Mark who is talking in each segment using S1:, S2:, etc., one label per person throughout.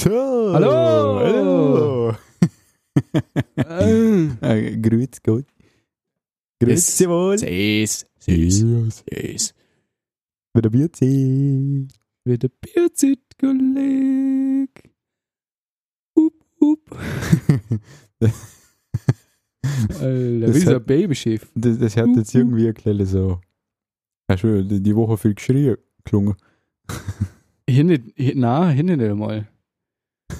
S1: So.
S2: Hallo.
S1: Hallo. äh, grüß Gott. Grüß Sie wohl.
S2: Sees.
S1: Servus.
S2: Sees.
S1: Wieder Bierzi.
S2: Wie der Bierzit Kolleg. Up, up. Alter,
S1: Das
S2: wie so
S1: hat-
S2: ein Babyschiff.
S1: Das, das hat jetzt irgendwie ein kleines so. Hast du die die Woche viel geschrien gelungen?
S2: Hier nicht, hier, nein, hier nicht einmal.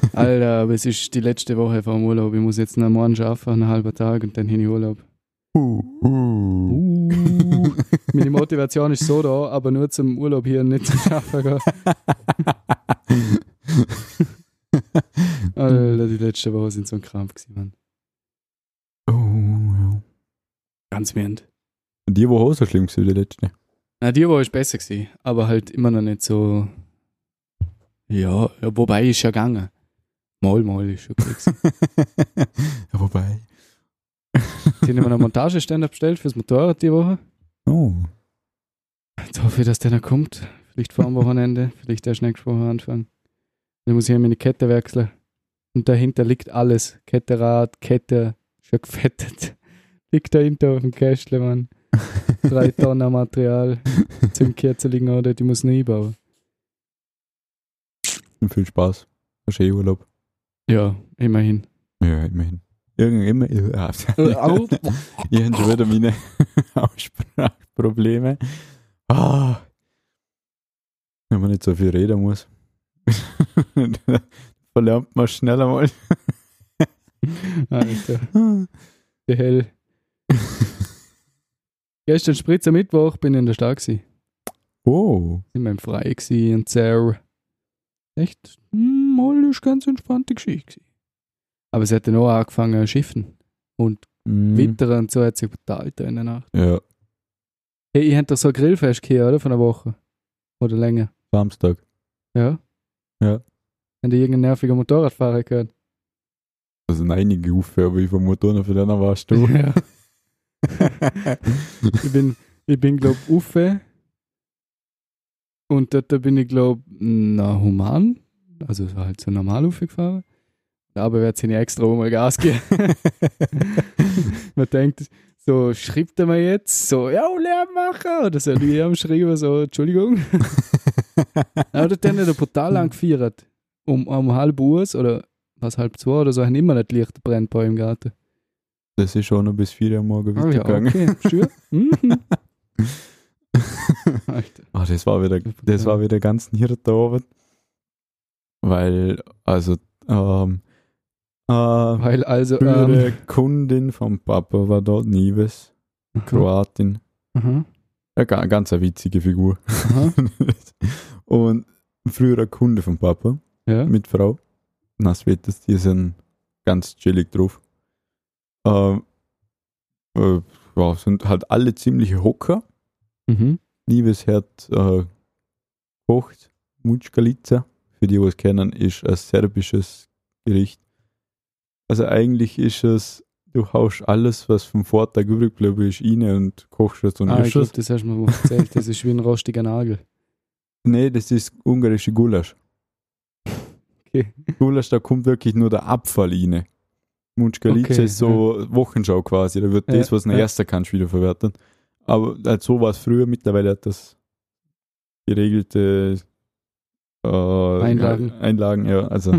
S2: Alter, aber es ist die letzte Woche vom Urlaub. Ich muss jetzt noch morgen arbeiten, einen halben Tag und dann hin in Urlaub.
S1: Uh, uh.
S2: Uh, meine Motivation ist so da, aber nur zum Urlaub hier nicht zum Arbeiten gehen. Alter, die letzte Woche sind so ein Krampf gewesen, Mann.
S1: Oh, ja.
S2: Ganz wend.
S1: Und die Woche auch so schlimm gewesen, die letzte.
S2: Na, die war ich besser gewesen, aber halt immer noch nicht so. Ja, ja wobei ist ja gegangen. Mal, mal ist schon okay gewesen.
S1: ja, wobei.
S2: Die haben mir einen Montageständer bestellt fürs Motorrad die Woche.
S1: Oh.
S2: Jetzt hoffe ich, dass der noch kommt. Vielleicht vor dem Wochenende, vielleicht erst nächste Woche anfangen. Dann muss ich meine Kette wechseln. Und dahinter liegt alles. Ketterad, Kette, schon gefettet. Liegt dahinter auf dem Kästle, Mann. Drei Tonnen an Material. Zum Kerzen liegen oder die muss noch einbauen.
S1: Und viel Spaß. Hast du eh Urlaub?
S2: Ja, immerhin.
S1: Ja, immerhin. Irgendwie immer. Ja.
S2: Alter,
S1: Ich habe schon wieder meine Aussprachprobleme. Ah. Wenn man nicht so viel reden muss. Dann Verlernt man schneller mal.
S2: Ah, die Hell. Gestern Spritzer Mittwoch bin ich in der Stadt gewesen.
S1: Oh.
S2: sind wir im Freien gewesen und sehr echt, hm, mal ist ganz entspannte Geschichte gewesen. Aber es hat dann auch angefangen zu schiffen. Und
S1: Mm.
S2: Witter und so hat sich brutal da in der Nacht.
S1: Ja,
S2: Hey, ihr habt doch so ein Grillfest gehabt, oder? Von einer Woche. Oder länger.
S1: Samstag.
S2: Ja?
S1: Ja.
S2: Habt ihr irgendeinen nervigen Motorradfahrer gehört?
S1: Also sind einige Rufe, aber ich vermute noch für den warst du.
S2: Ja. Ich bin, ich bin glaube ich, Uffe. Und dort bin ich, glaube ich, na, human. Also halt so normal Uffe gefahren. Aber wer hat sich nicht extra mal Gas geben. Man denkt, so schreibt er mir jetzt, so, ja, Lärm machen. Oder so, die haben geschrieben, so, Entschuldigung. Aber dort haben wir brutal lang gefeiert. Um, um halb Uhr oder was, halb zwei oder so, haben immer nicht Licht brennt bei im Garten.
S1: das ist schon noch bis 4 Uhr morgen
S2: Ah, ja,
S1: weitergegangen.
S2: okay, sure. Mhm. Alter.
S1: Ah, das war wieder, das war wieder ganz nieder da oben. Weil, also, ähm, äh,
S2: Weil also.
S1: frühere
S2: Ähm,
S1: Kundin vom Papa war dort, Nives, Kroatin.
S2: aha,
S1: Ja, ga- ganz eine witzige Figur.
S2: aha,
S1: Und ein früherer Kunde von Papa
S2: ja.
S1: mit Frau, Nasvetas, die sind ganz chillig drauf. Ähm, äh, ja, sind halt alle ziemliche Hocker.
S2: Mhm.
S1: Nives hat äh, kocht Mutschkalica. Für die, die es kennen, ist ein serbisches Gericht. Also eigentlich ist es, du haust alles, was vom Vortag übrig geblieben ist, rein und kochst es und
S2: Ah, ich
S1: isst
S2: glaube,
S1: es.
S2: das hast du mir mal erzählt. Das ist wie ein rostiger Nagel.
S1: Nee, das ist ungarische Gulasch.
S2: Okay.
S1: Gulasch, da kommt wirklich nur der Abfall rein. Mutschkalica
S2: Okay,
S1: ist so Wochenschau quasi. Da wird
S2: Ja,
S1: das, was ein
S2: ja.
S1: Erster kannst, wiederverwerten. Aber halt so war es früher. Mittlerweile hat das geregelte äh,
S2: Einlagen.
S1: Einlagen, ja. Also,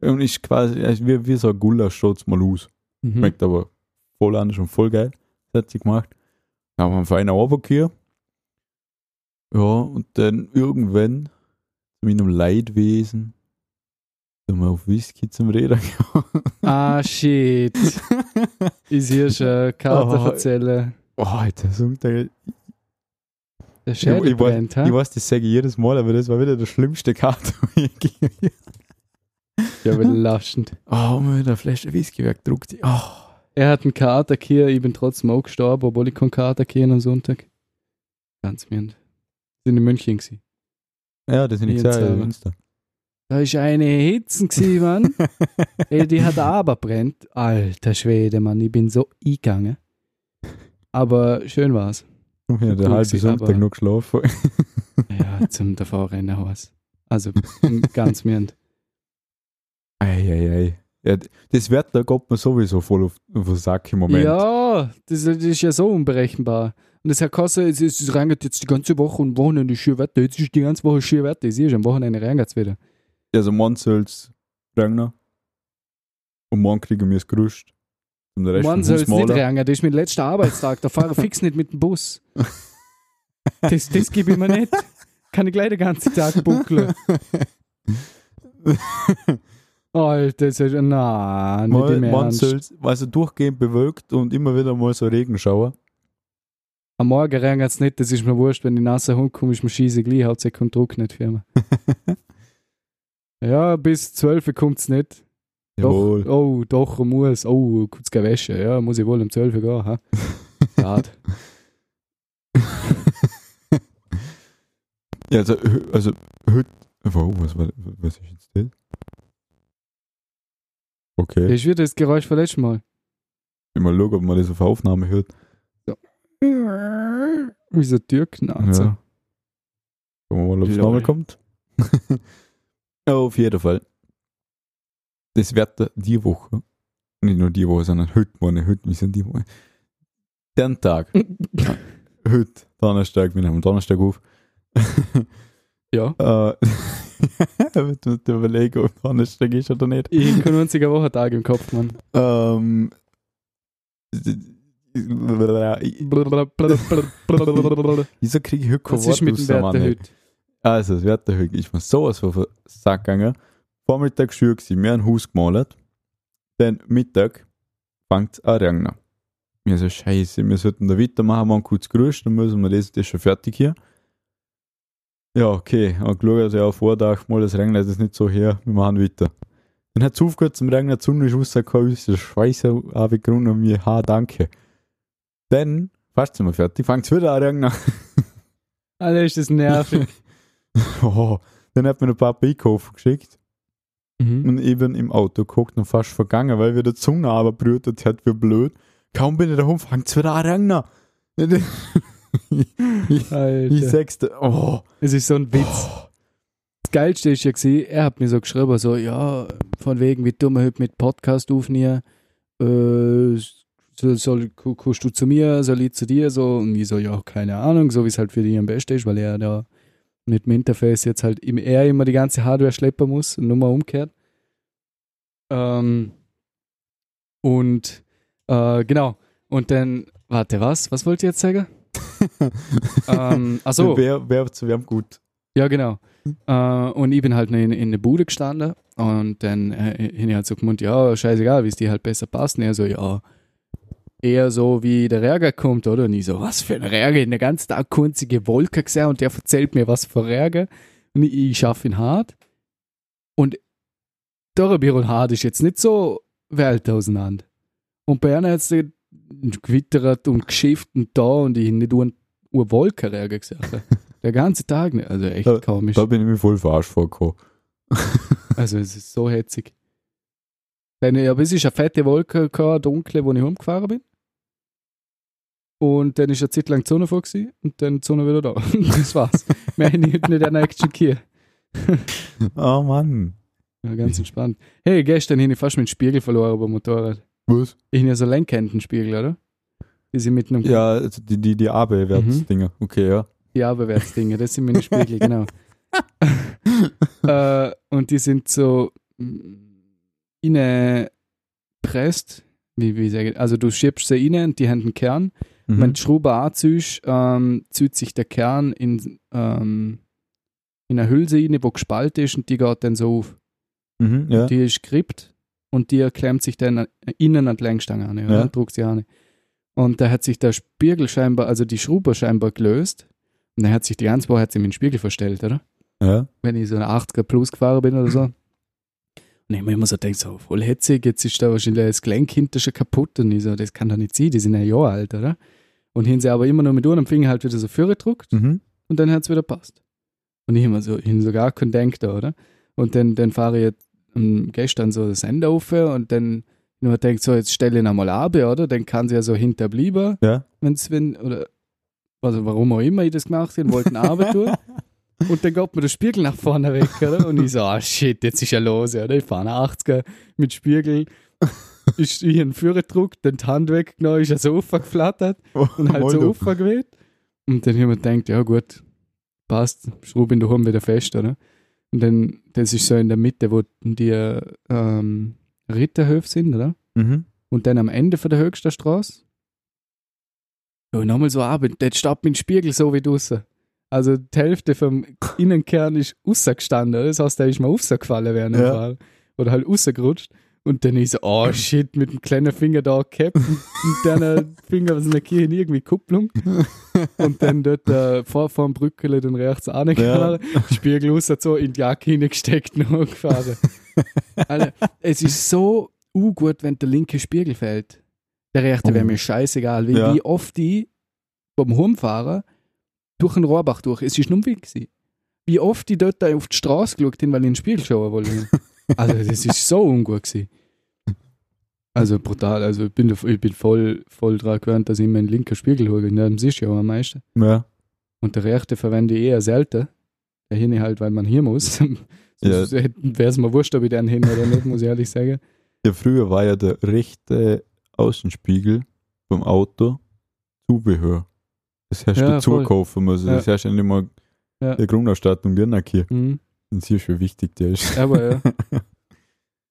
S1: und ist quasi, also wie, wie so ein Gulasch, schaut's mal aus.
S2: Mhm.
S1: Schmeckt aber voll anders und voll geil. Das hat sie gemacht. Dann haben wir einen feinen Abend hier. Ja, und dann irgendwann, zu meinem Leidwesen, sind wir auf Whisky zum Reden gekommen.
S2: Ah, shit. Ist hier schon Karte
S1: Oh.
S2: verzählen.
S1: oh, jetzt ist unter.
S2: Der Schädel
S1: Ich- ich weiß-
S2: brennt, ha?
S1: Ich weiß, das sage ich jedes Mal, aber das war wieder der schlimmste Kater. den ich je-
S2: Ja, belastend.
S1: oh, mir wieder eine Flasche Whisky weggedruckt. Oh,
S2: Er hat einen Kater hier, ich bin trotzdem auch gestorben, obwohl ich keinen Kater hier am Sonntag. Ganz mirnd. Sind in München gewesen.
S1: ja, das sind nicht
S2: Jetzt
S1: sehr
S2: aber.
S1: Insta.
S2: Da ist eine Hitze gewesen, Mann. Ey, die hat aber brennt. Alter Schwede, Mann, ich bin so eingegangen. Aber schön war's.
S1: Ich habe
S2: Gut
S1: den halben
S2: gewesen,
S1: Sonntag
S2: aber-
S1: noch geschlafen.
S2: Ja, zum davor rennen war's. Also, ganz mirnd.
S1: Eieiei. Ja, d- das Wetter geht mir sowieso voll auf, auf den Sack im Moment.
S2: Ja, das, das ist ja so unberechenbar. Und das Herr Kosser, es, es, es regnet jetzt die ganze Woche und Wochenende schön Wetter. Jetzt ist die ganze Woche schön Wetter. Ich sehe schon, am Wochenende regnet es wieder.
S1: Also morgen soll es regnen. Und morgen kriegen wir es gerüscht. Und der Rest
S2: Morgen
S1: vom
S2: soll es nicht
S1: Hausmaler-
S2: regnen. Das ist mein letzter Arbeitstag. Da fahre ich fix nicht mit dem Bus. Das, das gebe ich mir nicht. Kann ich gleich den ganzen Tag buckeln. Alter, das ist, na, nicht
S1: Mal,
S2: im
S1: morgen
S2: Ernst.
S1: soll es also durchgehend bewölkt und immer wieder mal so Regenschauer.
S2: Am Morgen regnet es nicht, das ist mir wurscht. Wenn ich nasse Hund komme, ist mir scheiße gleich. Hauptsache kommt Druck nicht für mich. ja, bis 12 Uhr kommt es nicht.
S1: Jawohl.
S2: Doch, oh, doch, muss. Oh, kurz gehen Wäsche. Ja, muss ich wohl um 12 Uhr gehen. hä? Schade.
S1: Ja, also, hö- also heute. Wow, was, war, was ist jetzt das? Okay,
S2: Das ist wieder das Geräusch von letztem Mal.
S1: ich mal schauen, ob man das auf Aufnahme hört.
S2: Wie so Türknarze.
S1: Ja. Gucken wir mal, ob es
S2: Lol.
S1: nochmal kommt. Aber auf jeden Fall. Das Wetter die Woche, nicht nur die Woche, sondern heute, morgen, heute, wir sind die Woche. Den Tag,
S2: Ja.
S1: heute, Donnerstag, wir nehmen Donnerstag auf.
S2: ja.
S1: Äh, Mit mit der Überlegung, ob Donnerstag ist oder nicht.
S2: Ich habe keinen einzigen Wochentag im Kopf, Mann.
S1: Ähm, wieso
S2: Was
S1: kriege ich heute kein
S2: ist
S1: Wort
S2: mit
S1: aus,
S2: dem
S1: Mann,
S2: Werte
S1: ey?
S2: heute?
S1: Also, das Wetter heute ist mir sowas von auf den Sack gegangen. Vormittag schön gewesen, wir haben ein Haus gemalt. Dann Mittag fängt es an zu regnen. Wir so, scheiße, wir sollten da weitermachen, wir haben kurz gerüstet, dann müssen wir das, das ist schon fertig hier. Ja, okay, und geschaut, also ja, Vordach, mal das Regnet ist nicht so her, wir machen weiter. Dann hat es aufgehört zum Regnen, die Sonne ist rausgekommen, ist der Schweiß runtergekommen und wir, ha, danke. Dann, fast sind wir fertig, fängt es wieder an zu regnen.
S2: Alter, Ah, ist das nervig.
S1: Oh, dann hat mir der Papa einkaufen geschickt
S2: Mhm.
S1: und ich bin im Auto geguckt und fast vergangen, weil wir der Zunge aber brütet hat, wie blöd. Kaum bin ich daheim, fängt es wieder an zu regnen. Ich
S2: Alter.
S1: sag's dir, oh,
S2: Es ist so ein Witz.
S1: oh,
S2: Das Geilste ist ja gewesen, er hat mir so geschrieben, so, ja, von wegen, wie dumm heute mit Podcast aufnehmen, äh, soll, soll, ko- kommst du zu mir, soll ich zu dir, so, und ich so, ja, keine Ahnung, so wie es halt für dich am besten ist, weil er da mit dem Interface jetzt halt, im, er immer die ganze Hardware schleppen muss, und nur mal umgekehrt. Ähm, und, äh, genau, und dann, warte, was, was wollt ihr jetzt sagen? ähm, achso,
S1: Wer, wer zu wem gut?
S2: ja, genau. Äh, und ich bin halt noch in, in der Bude gestanden und dann äh, habe ich halt so gemeint, ja, scheißegal, wie es dir halt besser passt. Und er so, ja, eher so wie der Ärger kommt, oder? Und ich so, was für ein Ärger? In der ganzen Tag kunzige Wolke gesehen und der erzählt mir was für Ärger. Und ich, ich schaffe ihn hart. Und Dorobiron hart ist jetzt nicht so weit auseinander. Und bei einer hat es gewittert und geschifft und da und ich hab nicht nur eine Wolke Ärger gesehen. Der ganze Tag nicht. Also echt
S1: Da-
S2: komisch.
S1: Da bin ich mir voll verarscht vorgekommen.
S2: Also es ist so hetzig. Dann, ja, aber es ist eine fette Wolke, gehabt, eine dunkle, wo ich rumgefahren bin. Und dann ist eine Zeit lang die Sonne vor gewesen, und dann die Sonne wieder da. das war's. Mehr hätte ich heute nicht an Action hier.
S1: Oh Mann.
S2: Ja, ganz entspannt. Hey, gestern habe ich fast meinen Spiegel verloren beim Motorrad.
S1: Was?
S2: Ich habe ja so Lenkendenspiegel, oder? Die sind mit einem
S1: Ja, also die, die, die
S2: Mhm.
S1: Abwehrwertsdinger. Okay, ja.
S2: Jahrbewertsdinge, das sind meine Spiegel, genau. äh, und die sind so mm, inne presst, wie, wie sage ich, also du schiebst sie rein und die haben einen Kern.
S1: Mhm.
S2: Wenn du die Schraube anziehst, ähm, zieht sich der Kern in, ähm, in eine Hülse rein, wo gespalten ist und die geht dann so auf.
S1: mhm, ja.
S2: Die ist gekript und die klemmt sich dann an- innen an die Lenkstange an, ja,
S1: Ja.
S2: und druckt sie an. Und da hat sich der Spiegel scheinbar, also die Schraube scheinbar gelöst. Und dann hat sich die ganze Woche hat sie mit dem Spiegel verstellt, oder?
S1: ja.
S2: Wenn ich so eine 80er plus gefahren bin oder so. Und ich hab mir immer so denkt, so voll hetzig, jetzt ist da wahrscheinlich das Gelenk hinter schon kaputt. Und ich so, das kann doch nicht sein, die sind ein Jahr alt, oder? Und hin sie aber immer nur mit einem Finger halt wieder so Führer gedruckt
S1: Mhm.
S2: und dann hat es wieder passt. Und ich immer so, ich sogar keinen Denk da, oder? Und dann, dann fahre ich jetzt, ähm, gestern so das Ende auf und dann nur denkt so, jetzt stelle ich ihn einmal ab, oder? Dann kann sie ja so hinterbleiben,
S1: Ja. Mhm.
S2: wenn's, wenn, oder, also warum auch immer ich das gemacht habe, wollten Arbeit tun. Und dann geht mir der Spiegel nach vorne weg, oder? Und ich so, ah shit, jetzt ist ja los, oder? Ich fahre einen 80er mit Spiegel. Ist ich einen Führer gedruckt, dann die Hand weggenommen, ist ans Ufer geflattert und halt so Ufer geweht. Und dann habe ich mir gedacht, ja gut, passt, schraube ihn daheim wieder fest, oder? Und dann, das ist so in der Mitte, wo die ähm, Ritterhöfe sind, oder?
S1: Mhm.
S2: Und dann am Ende von der höchsten Straße. Ja, nochmal so Abend, jetzt steht mein Spiegel so wie draußen. Also die Hälfte vom Innenkern ist rausgestanden, oder? das heißt, der ist mal rausgefallen während dem
S1: Ja.
S2: Fall. Oder halt rausgerutscht. Und dann ist so, oh shit, mit dem kleinen Finger da gehabt und mit deinem Finger was in der Kirche irgendwie Kupplung. Und dann dort äh, vor, vor dem Brückele dann rechts angegangen, Spiegel raus, so in die Jacke hineingesteckt und hochgefahren. Alter, es ist so ungut, wenn der linke Spiegel fällt. Der rechte wäre mir scheißegal, wie,
S1: Mhm. Ja.
S2: wie oft ich vom Heimfahren durch den Rohrbach durch, es ist nur weg gewesen. Wie oft ich dort auf die Straße geschaut habe, weil ich in den Spiegel schauen wollte. Also das ist so ungut gewesen. Also brutal, also ich bin, ich bin voll, voll dran gewöhnt, dass ich meinen linken Spiegel hole, dann siehst du ja auch am meisten.
S1: Ja.
S2: Und der rechte verwende ich eher selten. Der Hirne halt, weil man hier muss.
S1: Ja.
S2: Sonst wäre es mir wurscht, ob ich den hin oder nicht, muss ich ehrlich sagen.
S1: ja, früher war ja der rechte Außenspiegel vom Auto Zubehör. Das hast
S2: Ja,
S1: du
S2: voll.
S1: zukaufen müssen. also Das hast du nicht mal
S2: Ja.
S1: der Grundausstattung drin hier.
S2: Mhm.
S1: Dann siehst du, wie wichtig der ist.
S2: Aber ja.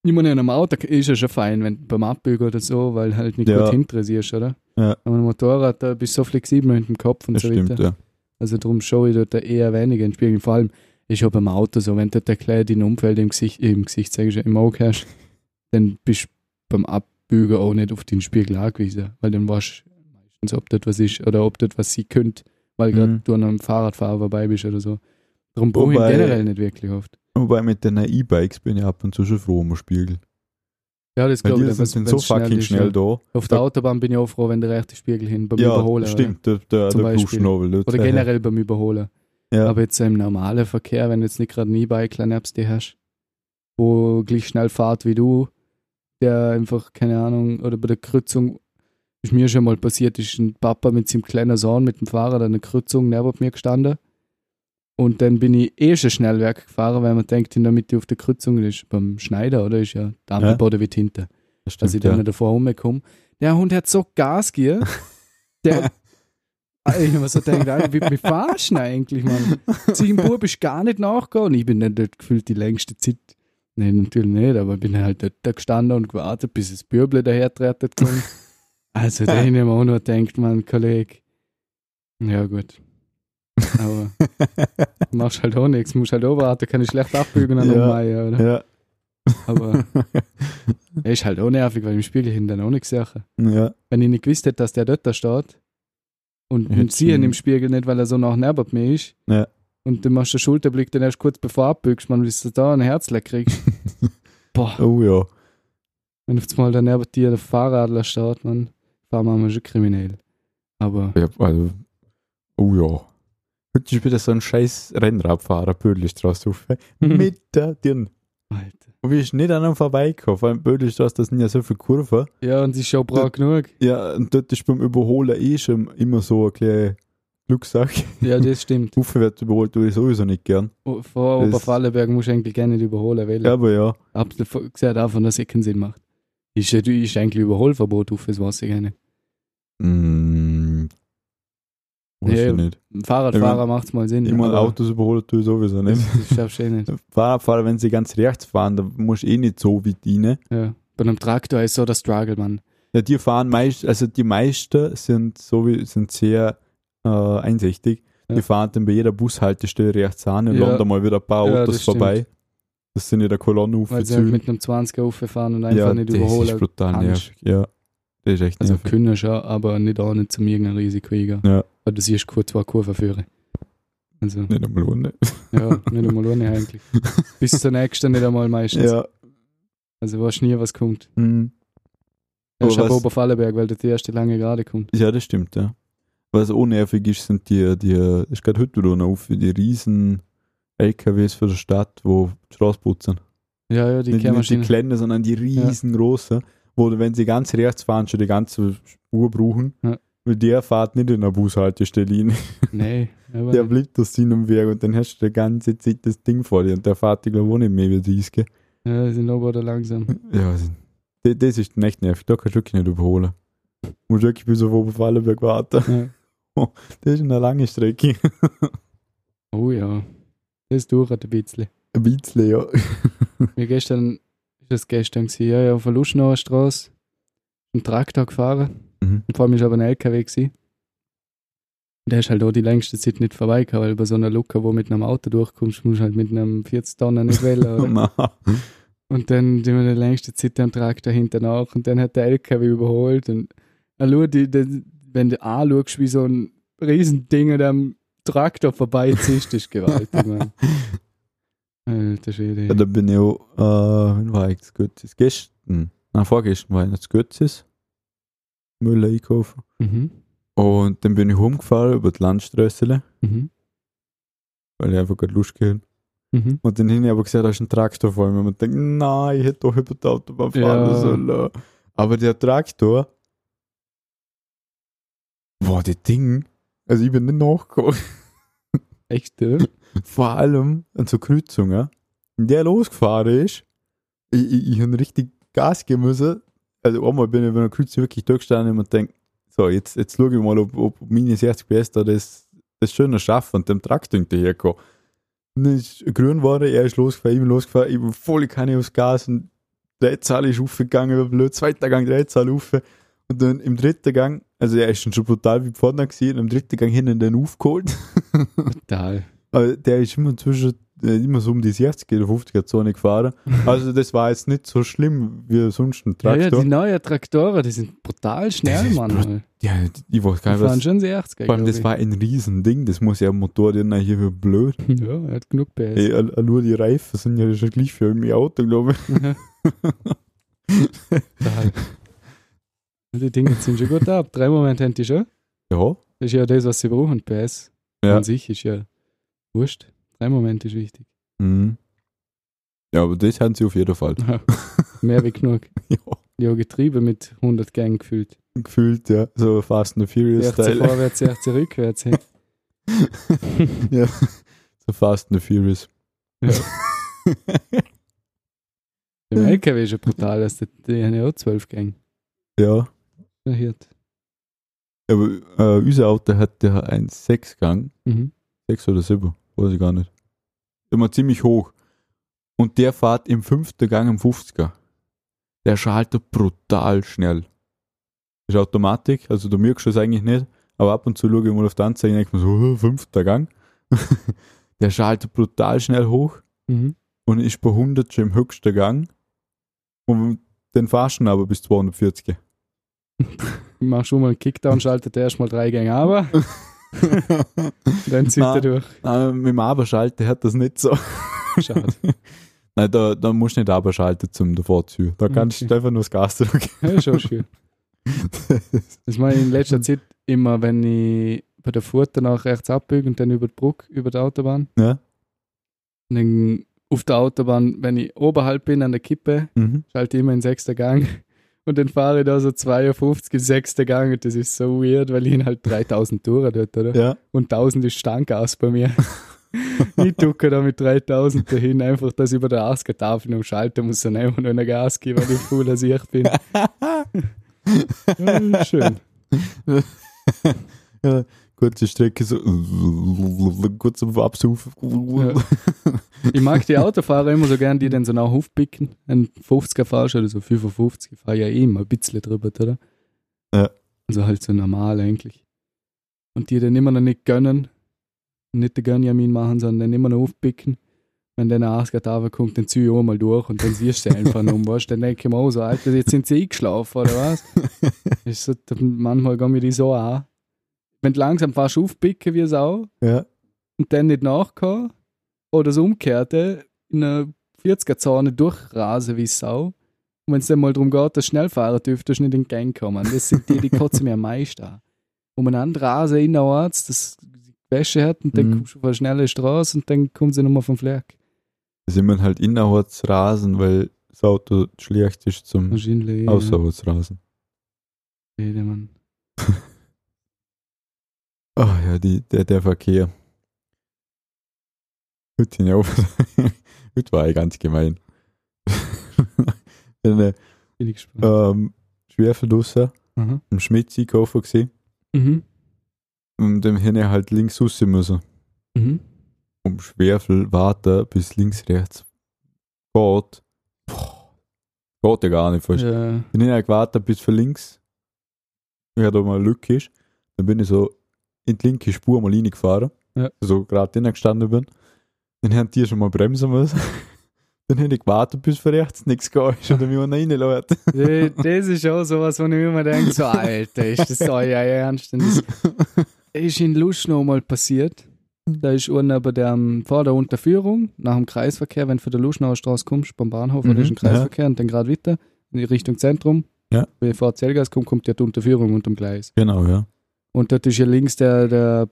S2: Ich meine, in einem Auto ist ja schon fein, wenn beim Abbügen oder so, weil halt nicht
S1: Ja.
S2: gut hinten siehst, oder?
S1: Ja.
S2: Aber ein Motorrad, da bist du so flexibel mit dem Kopf und
S1: Das
S2: so
S1: stimmt,
S2: weiter.
S1: ja.
S2: Also darum schaue ich dort eher weniger in den Spiegel. Vor allem, ich habe beim Auto so, wenn dort der Kleid in Umfeld im Gesicht, im Gesicht, sag ich schon, im Auge hast, dann bist du beim Abbügen auch nicht auf den Spiegel angewiesen, weil dann weißt du meistens, ob das was ist oder ob das was sie könnt, weil gerade
S1: Mhm.
S2: du an einem Fahrradfahrer vorbei bist oder so. Darum brauche ich ihn
S1: Wobei-
S2: generell nicht wirklich oft.
S1: Wobei mit den E-Bikes bin ich ab und zu schon froh um den Spiegel.
S2: Ja, das
S1: Weil
S2: glaube ich.
S1: die sind
S2: wenn-
S1: sind
S2: wenn's
S1: so fucking
S2: ist,
S1: schnell
S2: ja.
S1: da.
S2: Auf der Autobahn bin ich auch froh, wenn der rechte Spiegel hin beim Überholen.
S1: Ja,
S2: oder?
S1: stimmt. Da, da,
S2: Zum
S1: da brauchst du
S2: Beispiel.
S1: noch, weil du-
S2: Oder generell beim Überholen.
S1: Ja.
S2: Aber jetzt so im normalen Verkehr, wenn du jetzt nicht gerade ein E-Bike nebst dir hast, wo gleich schnell fährt wie du, der einfach, keine Ahnung, oder bei der Kreuzung, ist mir schon mal passiert, ist ein Papa mit seinem kleinen Sohn mit dem Fahrrad an der Kreuzung neben mir gestanden. Und dann bin ich eh schon schnell weggefahren, weil man denkt, in der Mitte auf der Kreuzung ist beim Schneider, oder? Ist ja der Ampelboden wie hinten
S1: Das
S2: dass ich
S1: stimmt,
S2: da
S1: ja.
S2: nicht davor rumkomme. Der Hund hat so Gas gegeben. Der. Alter, ich hab mir so gedacht, Alter, wie wie fahrst du denn eigentlich, Mann? Seinem Bub ist gar nicht nachgegangen. Ich bin dann dort gefühlt die längste Zeit. Nein, natürlich nicht, aber bin halt dort da gestanden und gewartet, bis das Bürble dahertreten kommt. Also, da hab ich mir auch nur gedacht, Mann, Kollege. Ja, gut. Aber machst halt auch nichts, musst halt auch warten, kann ich schlecht abbügen an
S1: Ja.
S2: ja. Meier, oder?
S1: Ja,
S2: Aber er ist halt auch nervig, weil im Spiegel hinten auch nichts sehe.
S1: ja,
S2: Wenn ich nicht gewusst hätte, dass der dort da steht und,
S1: Hätt's
S2: und sie ihn
S1: ihn-
S2: im Spiegel nicht, weil er so nach neben mir ist.
S1: Ja.
S2: Und dann machst du den Schulterblick dann erst kurz bevor du abbügst, man, bis du da einen Herzleck kriegst. Boah,
S1: oh ja.
S2: wenn auf einmal dann neben dir der Fahrradler steht, man, fahr mal schon kriminell. Aber
S1: ja also, oh ja. Heute ist wieder so ein scheiß Rennradfahrer, Bödelstraße auf.
S2: Mhm.
S1: Mitten drin.
S2: Alter.
S1: Und wir sind nicht an einem vorbeigekommen. Vor allem Bödelstraße, das sind ja so viele Kurven.
S2: Ja, und sie ist schon brav genug.
S1: Ja, und dort ist beim Überholen eh schon immer so eine kleine Glückssache.
S2: Ja, das stimmt.
S1: Aufwärts überholt würde ich sowieso nicht gern.
S2: O- Vor
S1: Das-
S2: Oberfallenberg musst du eigentlich gerne nicht überholen, weil
S1: Aber ja,
S2: Absolut von- gesehen davon, dass es keinen Sinn macht. Ist, ja- ist eigentlich Überholverbot auf, das weiß ich gar nicht.
S1: mm, weiß
S2: Mhm. Ja,
S1: ich nicht.
S2: Ein Fahrradfahrer macht es mal Sinn.
S1: Immer
S2: aber
S1: Autos überholen tue ich sowieso
S2: Das,
S1: nicht.
S2: das schaffst du eh nicht.
S1: Fahrradfahrer, wenn sie ganz rechts fahren, dann musst du eh nicht so weit rein.
S2: Ja. Bei einem Traktor ist so der Struggle, Mann.
S1: Ja, die fahren meist, also die meisten sind so wie, sind sehr äh, einsichtig.
S2: Ja.
S1: Die fahren dann bei jeder Bushaltestelle rechts an und
S2: Ja.
S1: landen mal wieder ein paar
S2: Ja,
S1: Autos
S2: das stimmt.
S1: vorbei. Das sind ja der Kolonne
S2: Weil sie halt
S1: aufgezogen.
S2: mit einem 20er rauffahren und einfach
S1: Ja,
S2: nicht
S1: das ist
S2: überholen.
S1: brutal
S2: kannst.
S1: nervig. Ja, das ist echt
S2: Also
S1: nervig.
S2: können schon, aber nicht auch nicht zum irgendeinem Risiko eingehen.
S1: Ja.
S2: Weil du siehst kurz zwei Kurven führen. Also,
S1: Nicht einmal ohne.
S2: ja, nicht einmal ohne eigentlich. Bis zur nächsten nicht einmal meistens.
S1: ja.
S2: Also weißt nie, was kommt.
S1: Mhm.
S2: Ja,
S1: Aber
S2: schau
S1: was-
S2: Oberfallenberg, weil da die erste lange gerade kommt.
S1: ja, das stimmt, ja. Was auch nervig ist, sind die, die ist gerade heute wieder noch auf, die riesen LKWs für die Stadt, wo die Straße putzen.
S2: Ja, ja, die
S1: nicht, nicht die
S2: Kehrmaschine.
S1: kleinen, sondern die riesengroßen, wo du, wenn sie ganz rechts fahren, schon die ganze Spur brauchen.
S2: Ja.
S1: Weil der fährt nicht in eine Bushaltestelle hin.
S2: Nein, aber
S1: Der bleibt da hin und weg und dann hast du die ganze Zeit das Ding vor dir und der fährt, ich glaube, auch nicht mehr über 30.
S2: ja, die sind aber da langsam.
S1: Ja, also, d- das ist echt nervig. Da kannst du wirklich nicht überholen. Du musst wirklich bis auf Oberfallenberg warten.
S2: Ja.
S1: Das ist eine lange Strecke.
S2: Oh ja, das dauert ein bisschen.
S1: Ein bisschen, ja.
S2: Mir gestern, ist das gestern gewesen, ja, ja, auf der Luschnauer Straße, einen Traktor gefahren.
S1: Mhm.
S2: Und vor mir ist aber ein LKW gewesen. Und Der ist halt auch die längste Zeit nicht vorbeigekommen, weil bei so einer Luke, wo mit einem Auto durchkommst, musst du halt mit einem 40 Tonnen nicht wählen. Oder?
S1: Nein.
S2: Und dann sind wir die längste Zeit am Traktor hinter nach und dann hat der LKW überholt. Und dann schau die, die, wenn du anschaust, wie so ein Riesending an dem Traktor vorbeizieht, ist gewaltig, Mann. Alter Schwede.
S1: Ja, da bin ich auch, äh, wann war ich zu Götzis? Gestern, nein, vorgestern war ich noch zu Götzis. Müll einkaufen.
S2: Mhm.
S1: Und dann bin ich rumgefahren über die Landstraße,
S2: Mhm.
S1: weil ich einfach gerade Lust gehabt hab.
S2: Mhm.
S1: Und dann habe ich aber gesehen, da ist ein Traktor vor mir. Und ich denke, nein, ich hätte doch über die Autobahn fahren
S2: Ja.
S1: sollen. Aber der Traktor, boah, das Ding, also ich bin nicht nachgekommen.
S2: Echt, oder?
S1: Vor allem an so Kreuzungen, in der losgefahren ist, ich, ich, ich habe richtig Gas geben müssen. Also einmal bin ich bei einer Kreuzung wirklich durchgestanden und denke, so, jetzt, jetzt schaue ich mal, ob, ob meine 60 PS da das, das schöne Schaffen und dem Traktor hinterherkomme. Und dann ist grün geworden, er ist losgefahren, ich bin losgefahren, ich bin voll Kanne aufs Gas und Drehzahl ist aufgegangen, wie blöd, zweiter Gang Drehzahl auf. Und dann im dritten Gang, also er ist schon brutal wie vorne gesehen, im dritten Gang hinten dann aufgeholt.
S2: Total.
S1: Aber der ist immer zwischen, äh, immer so um die 60 oder 50er Zone gefahren. Also das war jetzt nicht so schlimm wie sonst ein
S2: Ja, ja,
S1: Traktor.
S2: die neuen Traktoren, die sind brutal schnell,
S1: ist brut-
S2: Mann.
S1: Ja, ich weiß
S2: Die
S1: gar nicht,
S2: fahren
S1: was.
S2: schon sehr 80er,
S1: Vor allem, das
S2: glaub
S1: war ein Riesending. Das muss ja ein Motor, der hier für blöd.
S2: ich. Ja, er hat genug PS.
S1: Ey, all- all nur die Reifen sind ja schon gleich für mein Auto, glaube ich.
S2: Ja. Total. Die Dinge sind schon gut ab. Drei Momente haben die schon.
S1: Ja.
S2: Das ist ja das, was sie brauchen. PS
S1: Ja.
S2: an sich ist ja wurscht. Drei Momente ist wichtig.
S1: Mhm. Ja, aber das haben sie auf jeden Fall.
S2: Mehr wie genug.
S1: ja.
S2: Ja, Getriebe mit 100 Gang gefüllt.
S1: Gefühlt, ja. So Fast and Furious
S2: 16
S1: Style.
S2: vorwärts, 16 rückwärts. hey.
S1: ja. So Fast and Furious.
S2: Ja. Im LKW ist ja brutal. dass die, die haben ja auch 12 Gang.
S1: ja.
S2: Na, Hirt.
S1: Aber äh, unser Auto hat ja einen Sechsgang,
S2: Mhm.
S1: sechs oder sieben, weiß ich gar nicht. Immer ziemlich hoch. Und der fährt im fünften Gang im 50er. Der schaltet brutal schnell. Ist Automatik, also du merkst es eigentlich nicht, aber ab und zu schaue ich mal auf die Anzeige und denke mir so, "Äh, fünfter Gang. der schaltet brutal schnell hoch
S2: Mhm.
S1: und ist bei 100 schon im höchsten Gang. Und den fahrst du aber bis 240.
S2: Ich mach schon mal einen Kickdown, schaltet erstmal drei Gänge aber, dann zieht
S1: Na.
S2: er durch.
S1: Nein, mit dem Aberschalten hat das nicht so.
S2: Schade.
S1: Nein, da, da musst du nicht aberschalten zum davor zu. Da kannst
S2: Okay.
S1: du einfach nur das Gas drücken.
S2: Ja, ist auch schön. Das mache ich in letzter Zeit immer, wenn ich bei der Furt danach rechts abbiege und dann über die Brücke, über die Autobahn.
S1: Ja.
S2: Und dann auf der Autobahn, wenn ich oberhalb bin an der Kippe,
S1: mhm.
S2: schalte ich immer in sechster Gang. Und dann fahre ich da so 52 in sechster Gang und das ist so weird, weil ich ihn halt 3000 Touren dort, oder?
S1: Ja.
S2: Und 1000 ist Standgas bei mir. ich ducke da mit 3000 dahin, einfach, dass ich über der Asker-Tafel am Schalter muss und einfach nur ein Gas geben, weil ich voll als ich bin. Ja, Schön.
S1: ja. Kurze Strecke, so kurz zum Absaufen.
S2: Ja. Ich mag die Autofahrer immer so gern, die dann so nach aufpicken. Ein 50er fahrst oder so 55, fahr ja eh immer ein bisschen drüber, oder?
S1: Ja.
S2: Also halt so normal eigentlich. Und die dann immer noch nicht gönnen, nicht den Gönnjamin machen, sondern dann immer noch aufpicken. Wenn dann ein Asgard kommt, dann zieh ich auch mal durch und dann siehst du sie einfach noch, weißt du? Dann denke ich mir auch so, Alter, jetzt sind sie eingeschlafen, oder was? Ist so, manchmal gehen mir die so an. Wenn du langsam fast aufpicken wie Sau,
S1: Ja.
S2: und dann nicht nachkommen oder das Umgekehrte in einer 40er-Zone durchrasen wie Sau. Und wenn es dann mal darum geht, dass du schnell fahren dürftest, nicht in den Gang kommen. Das sind die, die kotzen mir am meisten an. Umeinander rasen innerorts, das die Wäsche hat und dann
S1: Mhm.
S2: kommst du auf eine schnelle Straße und dann kommen sie nochmal vom Fleck.
S1: Da sind wir halt innerorts rasen, weil das Auto schlecht ist zum
S2: Wahrscheinlich.
S1: außerorts rasen.
S2: Ja, Mann.
S1: Ach Ah, ja, die, der, der Verkehr. Gut, ja, gut war ja ganz gemein. Eine
S2: Bin ich gespannt.
S1: ähm, Schwerverdusser
S2: Aha.
S1: am Schmitzi-Koffer gesehen
S2: Mhm.
S1: und dem Hirne halt links raus müssen.
S2: Mhm.
S1: um Schwerfel warten, bis links, rechts geht. Boah, geht ja gar nicht fast.
S2: Ja.
S1: Bin ich halt gewartet, bis für links, ja, da mal eine Lücke ist. Dann bin ich so in die linke Spur mal reingefahren,
S2: Ja.
S1: so gerade drinnen gestanden bin. Dann haben die schon mal bremsen müssen. Dann hätte ich gewartet, bis für rechts nichts geht ist oder mich einer reinlädt.
S2: D- Äh, Das ist auch sowas, wo ich mir immer denke, so Alter, ist das euer Ernst? Und das ist in Luschnow mal passiert. Da ist einer bei der ähm, vor der Unterführung, nach dem Kreisverkehr, wenn du von der Luschnauer Straße kommst, beim Bahnhof, mhm,
S1: Mhm,
S2: ist ein Kreisverkehr und dann gerade weiter in die Richtung Zentrum.
S1: Ja.
S2: Bevor Zellgas kommt, kommt ja die Unterführung unterm Gleis.
S1: Genau, ja.
S2: Und dort ist ja links der, der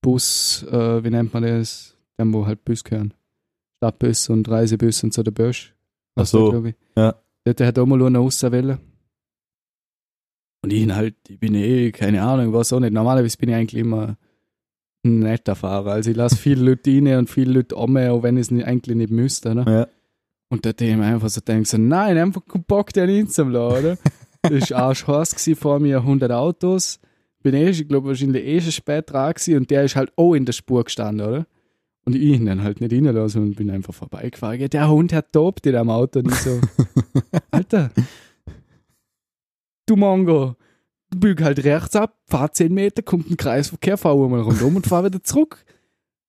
S2: Bus, äh, wie nennt man das? Der, wo halt Bus gehören. Stadtbus und Reisebus und so der Bösch.
S1: Ach
S2: Weißt du,
S1: so,
S2: glaub ich.
S1: ja.
S2: Dort hat auch mal einer rauswählen. Und ich halt, ich bin eh, keine Ahnung, was auch nicht. Normalerweise bin ich eigentlich immer ein netter Fahrer. Also ich lasse viele Leute rein und viele Leute um, auch wenn ich es nicht- eigentlich nicht müsste. Ne?
S1: Ja.
S2: Und dort habe ich mir einfach so gedacht, so, nein, einfach keinen Bock, den reinzulassen, oder? ist arschheiß gewesen, vor mir 100 Autos. Bin eh, ich glaube, wahrscheinlich eh schon spät dran gewesen und der ist halt auch in der Spur gestanden, oder? Und ich ihn dann halt nicht reinlassen und bin einfach vorbeigefahren. Ja, Der Hund hat tobt in am Auto und ich so, Alter, du Mongo, du bieg halt rechts ab, fahr 10 Meter, kommt ein Kreisverkehr, fahr einmal rundum und fahr wieder zurück.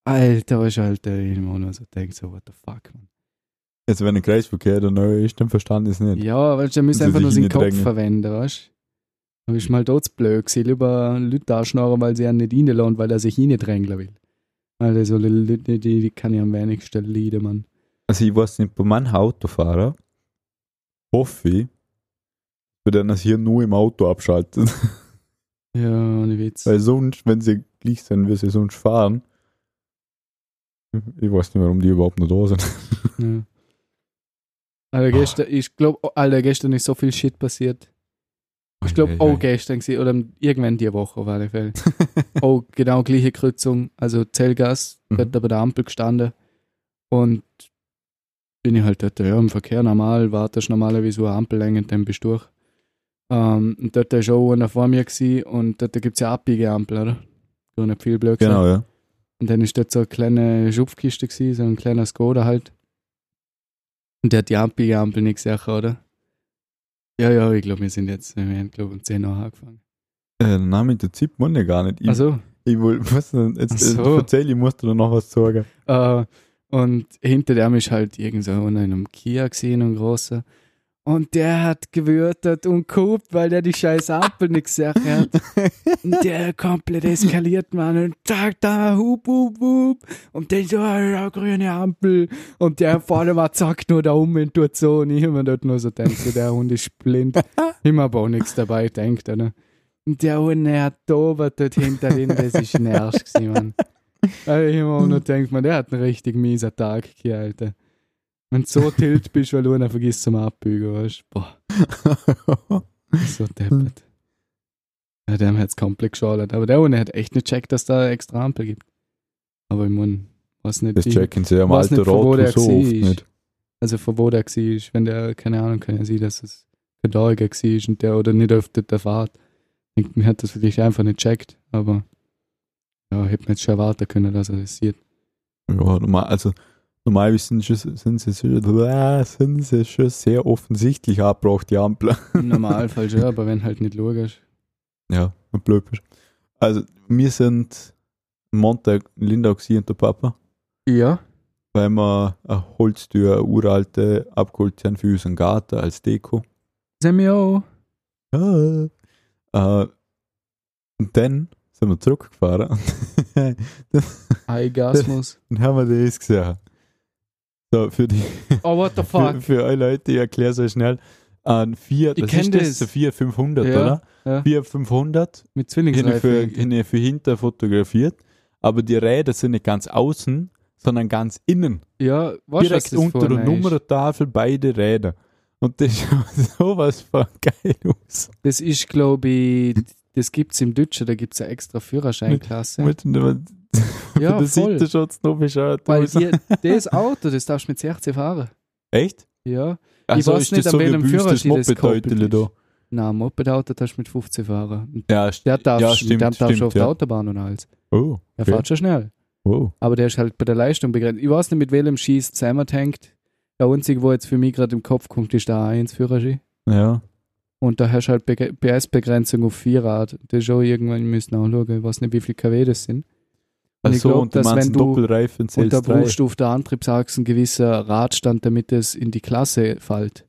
S2: Alter, was ist halt der Ich hab mir nur so denkt so, what the fuck, man.
S1: Jetzt, wenn ein Kreisverkehr der neue ist, dann verstand ich es nicht.
S2: Ja, weißt du, der müsste
S1: Und sie
S2: einfach nur
S1: sich
S2: seinen Kopf
S1: reindrängen.
S2: verwenden, weißt du? Aber ich mal dort blöd gewesen, lieber Leute anschnorren, weil sie ihn nicht reinlassen, weil er sich reindrängeln will. Weil der so Leute, die, die kann ich am wenigsten leiden, Mann.
S1: Also ich weiß nicht, bei manchen Autofahrern hoffe ich, bei denen das hier nur im Auto abschaltet.
S2: Ja, ohne Witz.
S1: Weil sonst, wenn sie gleich sind, wie sie sonst fahren, ich weiß nicht, warum die überhaupt noch da sind.
S2: Ja. Alter, gestern, ich glaube, Alter, gestern ist so viel Shit passiert. Ich glaube, auch gestern gewesen, oder irgendwann die Woche auf alle Fälle. auch genau gleiche Kreuzung, also Zellgas,
S1: Mhm.
S2: dort bei der Ampel gestanden und bin ich halt dort, ja, im Verkehr normal, wartest normalerweise so eine Ampellänge und dann bist du durch. Ähm, und dort ist auch einer vor mir gewesen und dort gibt es ja Abbiegeampel, oder? So nicht viel blöd gesagt.
S1: Genau, ja.
S2: Und dann ist dort so eine kleine Schubkiste gewesen, so ein kleiner Skoda halt. Und der hat die Ampel, die Ampel nicht gesehen, oder? Ja, ja, ich glaube, wir sind jetzt, wir haben, glaube um 10 Uhr angefangen.
S1: Äh, der Name in der ZIP muss ich gar nicht. Ich,
S2: Also,
S1: ich will, was denn, jetzt
S2: Ach so.
S1: äh, erzähl, ich muss dir noch was sagen.
S2: äh, und hinter dem ist halt irgend so einer in einem Kia gesehen, ein großer. Und der hat gewürtet und gehupt, weil der die scheiß Ampel nicht gesehen hat. Und der komplett eskaliert, Mann. Und zack, da, hup, hup, hup. Und dann so, ah, grüne Ampel. Und der vorne mal zack nur da um und tut so. Und ich hab mir dort nur so denkt, so, der Hund ist blind. Immer aber auch nichts dabei denkt, oder? Und der Hund, der hat tobert dort hinter ihm, das ist ein Arsch gewesen, Mann. Also ich hab mir auch
S1: Hm.
S2: nur denkt, man, der hat einen richtig miesen Tag hier, Alter. Wenn du so tilt bist, weil du einer vergisst zum Abbügen, weißt du? Boah, so
S1: Hm.
S2: deppert. Ja, dem hat's komplett geschadet. Aber der Hund hat echt nicht checkt, dass da extra Ampel gibt. Aber ich mein, was nicht.
S1: das
S2: die-
S1: checken sie am
S2: weiß
S1: alten
S2: nicht, von wo der
S1: Rad so oft
S2: war.
S1: nicht.
S2: also von wo der war, wenn der, keine Ahnung, kann ja sein, dass es kein Daueriger war und der oder nicht öfter der Fahrt. Ich- Mir hat das vielleicht einfach nicht checkt, aber ja, hätte man jetzt schon erwarten können, dass er das sieht.
S1: Ja, normal, also normal sind, schon- sind, sie, schon- sind sie schon sehr offensichtlich abgebracht, die Ampel.
S2: Im Normalfall schon, aber wenn halt nicht logisch.
S1: Ja, wenn blöd bist. Also, wir sind Montag in Lindau gewesen und der Papa,
S2: Ja.
S1: weil wir eine Holztür, eine uralte, abgeholt haben für unseren Garten als Deko.
S2: Sind wir auch.
S1: Ja. Äh, und dann sind wir zurückgefahren
S2: Eigasmus.
S1: und haben wir das gesehen. So, für die,
S2: Oh, what the
S1: für,
S2: fuck?
S1: für alle Leute, ich erkläre so schnell. Ein Fiat,
S2: Ich
S1: was
S2: kenn
S1: ist das?
S2: das.
S1: Der Fiat 500,
S2: Ja,
S1: oder?
S2: ja.
S1: Fiat 500
S2: Mit
S1: hinten für,
S2: Zwillingsreifen.
S1: hinten für hinter fotografiert, aber die Räder sind nicht ganz außen, sondern ganz innen.
S2: Ja, weißt du, was
S1: Direkt
S2: das
S1: unter der
S2: vorne ist?
S1: Nummertafel beide Räder. Und das schaut sowas von geil aus.
S2: Das ist, glaube ich, Das gibt es im Dütscher, da gibt es eine extra Führerscheinklasse.
S1: Mit, mit,
S2: ja,
S1: das
S2: voll.
S1: sieht er schon noch bescheuert
S2: Weil
S1: aus.
S2: die, das Auto, das darfst du mit 16 fahren.
S1: Echt?
S2: Ja.
S1: Ach
S2: Ich
S1: so,
S2: weiß
S1: ist
S2: nicht,
S1: das
S2: an
S1: so
S2: welchem
S1: gebüßt, das
S2: Führerschein das
S1: Moped-Teutele da.
S2: gekoppelt Nein, Mopedauto darfst du mit 15 fahren. Und
S1: Ja, st-
S2: Der darf,
S1: ja,
S2: der
S1: stimmt,
S2: darf
S1: stimmt,
S2: schon auf der
S1: ja.
S2: Autobahn und alles.
S1: Oh,
S2: Er
S1: okay.
S2: fährt schon schnell.
S1: wow.
S2: Aber der ist halt bei der Leistung begrenzt. Ich weiß nicht, mit welchem Schieß zusammenhängt. Der einzige, wo jetzt für mich gerade im Kopf kommt, ist der A1-Führerschein.
S1: Ja,
S2: Und da hast du halt Be- PS-Begrenzung auf 4 Rad. Das ist auch irgendwann, wir müssen nachschauen, ich weiß nicht, wie viel kW das sind. Und ich
S1: Ach so,
S2: glaub,
S1: und du
S2: dass
S1: meinst
S2: wenn
S1: einen
S2: du-
S1: Doppelreifen
S2: Und da
S1: CS3.
S2: brauchst du auf der Antriebsachse einen gewissen Radstand, damit es in die Klasse fällt.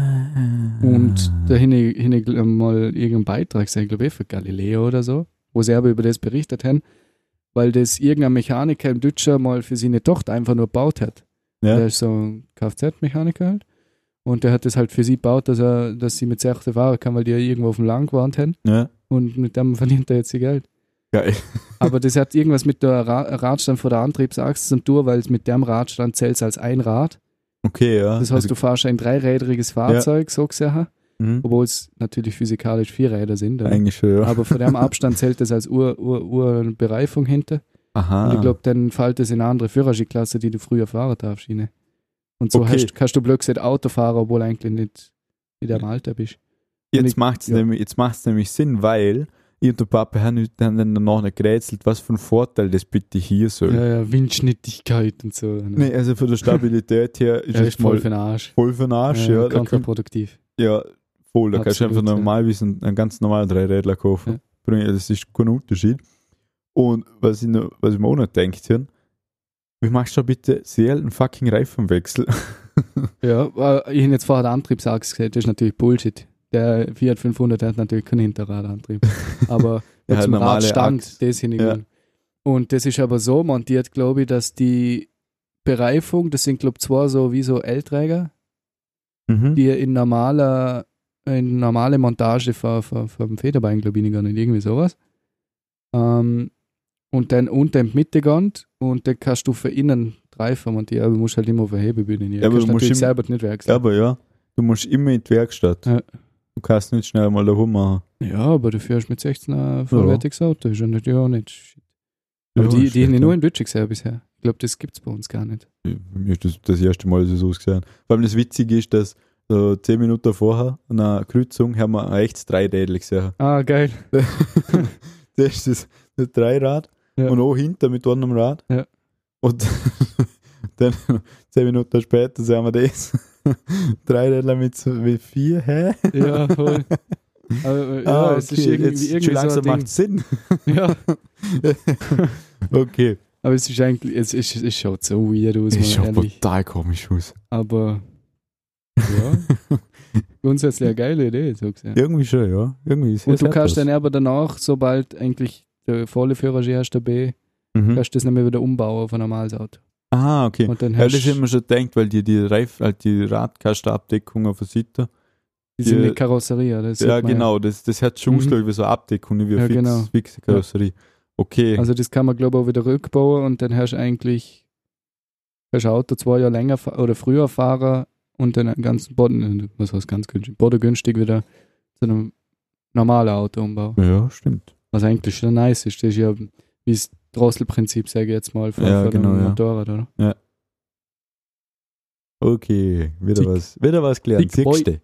S1: Ah.
S2: Und da hinne hinne gl- mal irgendeinen Beitrag sein, glaube ich, für Galileo oder so, wo sie aber über das berichtet haben, weil das irgendein Mechaniker im Dütscher mal für seine Tochter einfach nur gebaut hat.
S1: Ja.
S2: Der ist so ein Kfz-Mechaniker halt. Und der hat das halt für sie gebaut, dass er, dass sie mit 16 fahren kann, weil die ja irgendwo auf dem Land gewarnt haben.
S1: ja,
S2: Und mit dem verdient er jetzt ihr Geld.
S1: geil.
S2: Aber das hat irgendwas mit der Ra Radstand vor der Antriebsachse zu tun, weil es mit dem Radstand zählt als ein Rad.
S1: Okay, ja. Also,
S2: Das heißt, du fahrst ein dreirädriges Fahrzeug, so gesehen,
S1: mhm.
S2: obwohl es natürlich physikalisch vier Räder sind. Aber,
S1: Eigentlich schon, ja.
S2: aber vor dem Abstand zählt das als Ur Ur Urbereifung hinter.
S1: Aha.
S2: Und ich glaube, dann fällt es in eine andere Führerscheinklasse, die du früher fahren darfst. Rein. Und so
S1: Okay.
S2: hast, kannst du blöd gesagt Auto fahren, obwohl eigentlich nicht in deinem Alter bist. und ich-
S1: jetzt macht es
S2: ja.
S1: nämlich, jetzt macht's nämlich Sinn, weil ich und der Papa haben, nicht- haben dann noch nicht gerätselt, was für ein Vorteil das bitte hier soll.
S2: Ja, ja, Windschnittigkeit und so.
S1: Nee, also von der Stabilität her ist
S2: ja,
S1: es
S2: ist voll
S1: mal
S2: für den Arsch.
S1: voll für den Arsch, ja. Da kommt,
S2: kontraproduktiv.
S1: ja, voll. Da kannst du einfach
S2: Absolut, ja.
S1: normal wie so einen, einen ganz normalen Dreirädler
S2: Ja.
S1: kaufen. Bring- Das ist kein Unterschied. Und was ich, noch, was ich mir auch noch denkt, wie machst du da bitte sehr einen fucking Reifenwechsel?
S2: Ja, aber ich habe jetzt vorher den Antriebsachse gesehen, das ist natürlich Bullshit. Der Fiat 500 hat natürlich keinen Hinterradantrieb. Aber
S1: Ja,
S2: mit zum
S1: normale
S2: Radstand,
S1: Achs.
S2: das hin
S1: Ja.
S2: Und das ist aber so montiert, glaube ich, dass die Bereifung, das sind, glaube ich, zwei so wie so L-Träger,
S1: Mhm.
S2: die in normaler, in normale Montage vom, vom, vom Federbein, glaube ich, nicht, und irgendwie sowas. Ähm, und dann unter in die Mitte gehend und dann kannst du für innen Reifen montieren, aber du musst halt immer auf der Hebebühne. Ja,
S1: aber
S2: kannst
S1: du musst
S2: natürlich
S1: immer-
S2: selber nicht wechseln.
S1: Aber ja, du musst immer in die Werkstatt.
S2: Ja.
S1: Du kannst nicht schnell mal da rummachen.
S2: Ja, aber du fährst mit 16 ein vollwertiges Auto. Ist ja nicht, ja, nicht. shit. Aber
S1: Ja,
S2: die,
S1: ist
S2: die haben ja
S1: schlecht,
S2: nur
S1: ja.
S2: in Budget gesehen bisher. Ich glaube, das gibt es bei uns gar nicht.
S1: Mir ist das das erste Mal, dass ich so gesehen habe. Vor allem das Witzige ist, dass so zehn Minuten vorher an einer Kreuzung haben wir ein echtes Dreirädler gesehen.
S2: Ah, geil.
S1: Das ist das, das Dreirad
S2: Ja.
S1: und auch hinter mit einem Rad.
S2: Ja.
S1: Und dann zehn Minuten später sehen wir das. Dreirädler mit, so- mit vier, hä?
S2: Ja, voll. Aber, äh, ja,
S1: Ah,
S2: es ist
S1: okay,
S2: irgendwie,
S1: jetzt
S2: irgendwie
S1: schon
S2: so
S1: langsam
S2: ein Ding.
S1: macht Sinn.
S2: Ja,
S1: Okay.
S2: aber es ist eigentlich, es, ist, es schaut so weird aus,
S1: Das
S2: man
S1: schaut
S2: ehrlich.
S1: total komisch aus.
S2: Aber ja, grundsätzlich eine geile Idee, so gesehen.
S1: Irgendwie schon, ja. Irgendwie ist
S2: Und
S1: es
S2: du
S1: hat
S2: kannst
S1: was.
S2: dann aber danach, sobald eigentlich der volle Führerschein hast, der B,
S1: Mhm.
S2: kannst du das nicht mehr wieder umbauen auf ein normales Auto.
S1: Ah, okay.
S2: Und dann
S1: Ja,
S2: hast
S1: das haben
S2: du
S1: wir schon gedacht, weil die, die Reif, halt die Radkastenabdeckung auf der Seite.
S2: diese
S1: die-
S2: die Karosserie. Das
S1: ja,
S2: sieht man
S1: genau, das, das hat schon
S2: Mhm.
S1: ausgelegt wie so eine Abdeckung, nicht wie eine
S2: Ja,
S1: fix,
S2: genau.
S1: fixe Karosserie. Okay,
S2: Also das kann man glaube ich auch wieder rückbauen und dann hast du eigentlich hast du Auto zwei Jahre länger fa- oder früher fahren und dann einen ganzen Boden, was heißt ganz günstig, bodengünstig wieder zu einem normalen Auto umbauen.
S1: ja, stimmt.
S2: Was eigentlich schon nice ist. Das ist ja wie das Drosselprinzip, sage ich jetzt mal, von,
S1: Ja,
S2: von
S1: genau,
S2: einem
S1: ja.
S2: Motorrad, oder?
S1: Okay, wieder
S2: Tick.
S1: was, wieder was gelernt.
S2: Tick, boy.
S1: Siehste.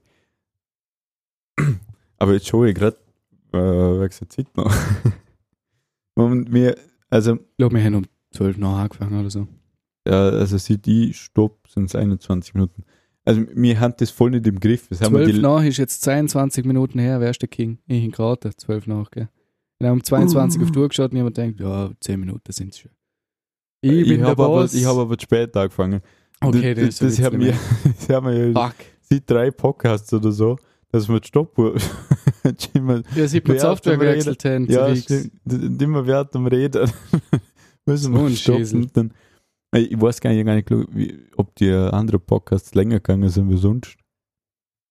S1: Aber jetzt schaue ich gerade, äh, wer gesagt Zeit noch. Moment, mir, also,
S2: Ich glaube, wir haben um 12 Uhr angefangen oder so.
S1: ja, also seit ich stopp, sind es 21 Minuten. Also, mir hat das voll nicht im Griff. Das haben wir
S2: 12
S1: die,
S2: nach ist jetzt 22 Minuten her, wer ist der King? Ich in Graten, 12 nach, gell? Ich habe um 22
S1: Uh.
S2: auf die Uhr geschaut und jemand denkt, ja, 10 Minuten sind es schon. Ich,
S1: Äh, ich
S2: bin der
S1: habe aber,
S2: Boss.
S1: ich habe aber zu spät angefangen.
S2: Okay,
S1: das,
S2: das,
S1: das,
S2: ist
S1: haben wir, das haben wir ja
S2: Fuck.
S1: seit drei Podcasts oder so, dass wir die Stoppuhr schon immer-
S2: Ja, sieht man
S1: Wer
S2: Software
S1: hat denn
S2: gewechselt haben.
S1: ja,
S2: zu Wix.
S1: stimmt, d- immer während dem Reden müssen wir
S2: So ein Schäsel.
S1: stoppen. Dann, Ey, ich weiß gar nicht, gar nicht wie, ob die anderen Podcasts länger gegangen sind wie sonst.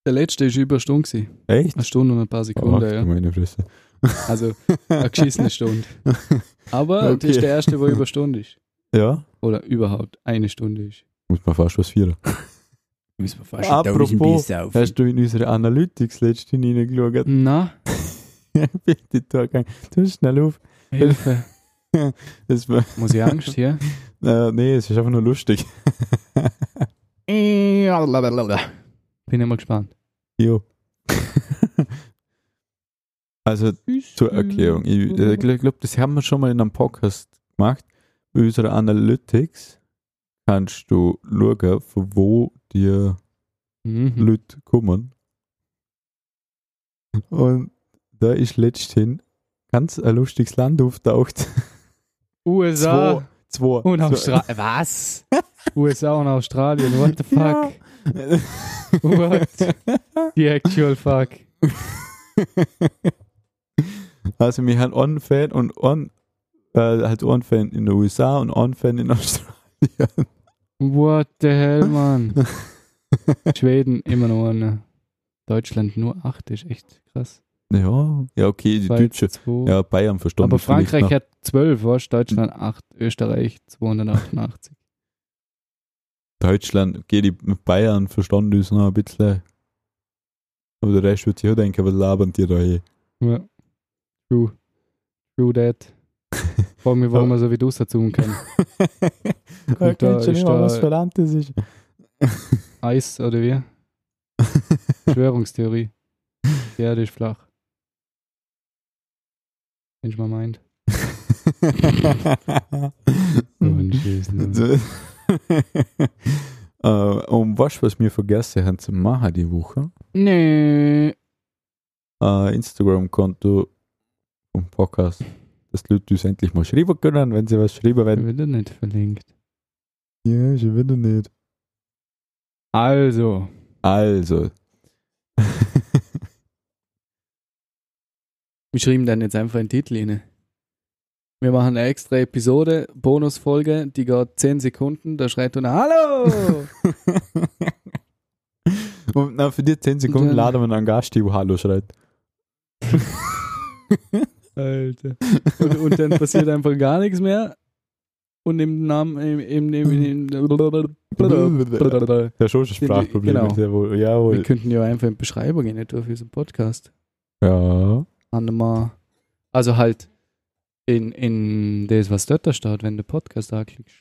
S2: Der letzte ist über eine Stunde gewesen.
S1: Echt?
S2: Eine Stunde und ein paar Sekunden,
S1: Ach, du
S2: ja.
S1: meine Fresse.
S2: Also eine geschissene Stunde. Aber
S1: Okay.
S2: das ist der erste, wo über eine Stunde ist.
S1: Ja,
S2: Oder überhaupt eine Stunde ist.
S1: muss man fast was vieren.
S3: Müssen wir fast
S1: Apropos,
S3: Apropos, ein bisschen auf.
S1: Hast du in unsere Analytics letztens hineingeschaut?
S2: Na,
S1: Bitte, Torgang, tu schnell auf.
S2: Hilfe.
S1: Das war,
S2: Muss ich Angst hier?
S1: äh, nee, es ist einfach nur lustig.
S2: Bin ja mal gespannt.
S1: Jo. also zur Erklärung. Ich, ich glaube, das haben wir schon mal in einem Podcast gemacht. Bei unserer Analytics kannst du schauen, von wo dir
S2: Mhm.
S1: Leute kommen. Und da ist letzthin ganz ein lustiges Land auftaucht.
S2: USA
S1: Zwei.
S2: und
S1: Zwei.
S2: Australien. Was? USA und Australien. What the fuck?
S1: What?
S2: The actual fuck.
S1: also wir haben einen Fan und einen, äh, halt einen Fan in den USA und einen Fan in Australien.
S2: What the hell, Mann? Schweden immer noch einer. Deutschland nur acht ist echt krass.
S1: ja, ja, okay, die
S2: Schweiz
S1: Deutsche.
S2: zwei.
S1: Ja, Bayern verstanden.
S2: Aber
S1: ich vielleicht
S2: Frankreich
S1: noch. Hm.
S2: hat 12, was? Deutschland 8, Österreich 288.
S1: Deutschland, okay, die Bayern verstanden uns noch ein bisschen. Aber der Rest wird sich auch denken, was labern die da eh? hier?
S2: ja. True. True that. Frag mich, warum man so wie du es zoomen kann.
S1: Da
S2: da
S1: kennst du nicht
S2: ist
S1: mal,
S2: da-
S1: was für ein Land das ist.
S2: Eis oder wie? Verschwörungstheorie. Die Erde ist flach. Mensch, man meint. ein Schiss, ne?
S1: So. äh, und weißt du, was wir vergessen haben zu machen die Woche?
S2: Nee.
S1: Äh, Instagram-Konto und Podcast. Dass die Leute uns endlich mal schreiben können, wenn sie was schreiben
S2: Ich
S1: wollen.
S2: will das nicht verlinkt.
S1: Ja, ich will nicht.
S2: Also,
S1: Also.
S2: wir schrieben dann jetzt einfach einen Titel rein. Wir machen eine extra Episode, Bonusfolge, die geht 10 Sekunden, da schreit einer Hallo!
S1: und na, für die 10 Sekunden
S2: Dann-
S1: laden wir dann einen Gast, der Hallo schreit.
S2: Alter. Und, und dann passiert einfach gar nichts mehr und nimmt den Namen im, im, im, im,
S1: Der
S2: im
S1: schon ist ein Sprachproblem.
S2: Genau.
S1: Sehr wohl.
S2: Wir
S1: Jawohl.
S2: könnten ja einfach eine Beschreibung in etwa für diesen Podcast.
S1: Ja.
S2: Annemar. Also halt in, in das, was dort da steht, wenn du Podcast anklickst.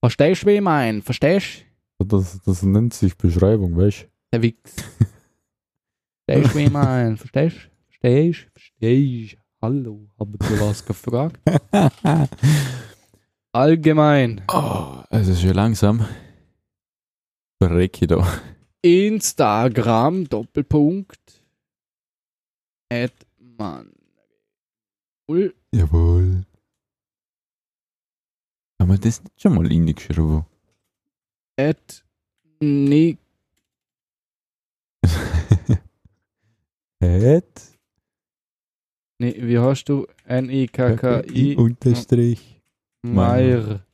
S2: Verstehst du, wie ich mein? Verstehst
S1: Das, das nennt sich Beschreibung, weißt du?
S2: Der Wichs. Verstehst du, wie ich mein? Verstehst Verstehst Verstehst Hallo, habe dir was gefragt? Allgemein.
S1: Oh, es ist ja langsam. Verrecke da.
S2: Instagram, Doppelpunkt. At man. Ul-
S1: Jawohl. Haben wir das nicht schon mal reingeschrieben?
S2: At Nick.
S1: Ed?
S2: Nee, wie hast du? N-I-K-K-I
S1: Unterstrich.
S2: Meir.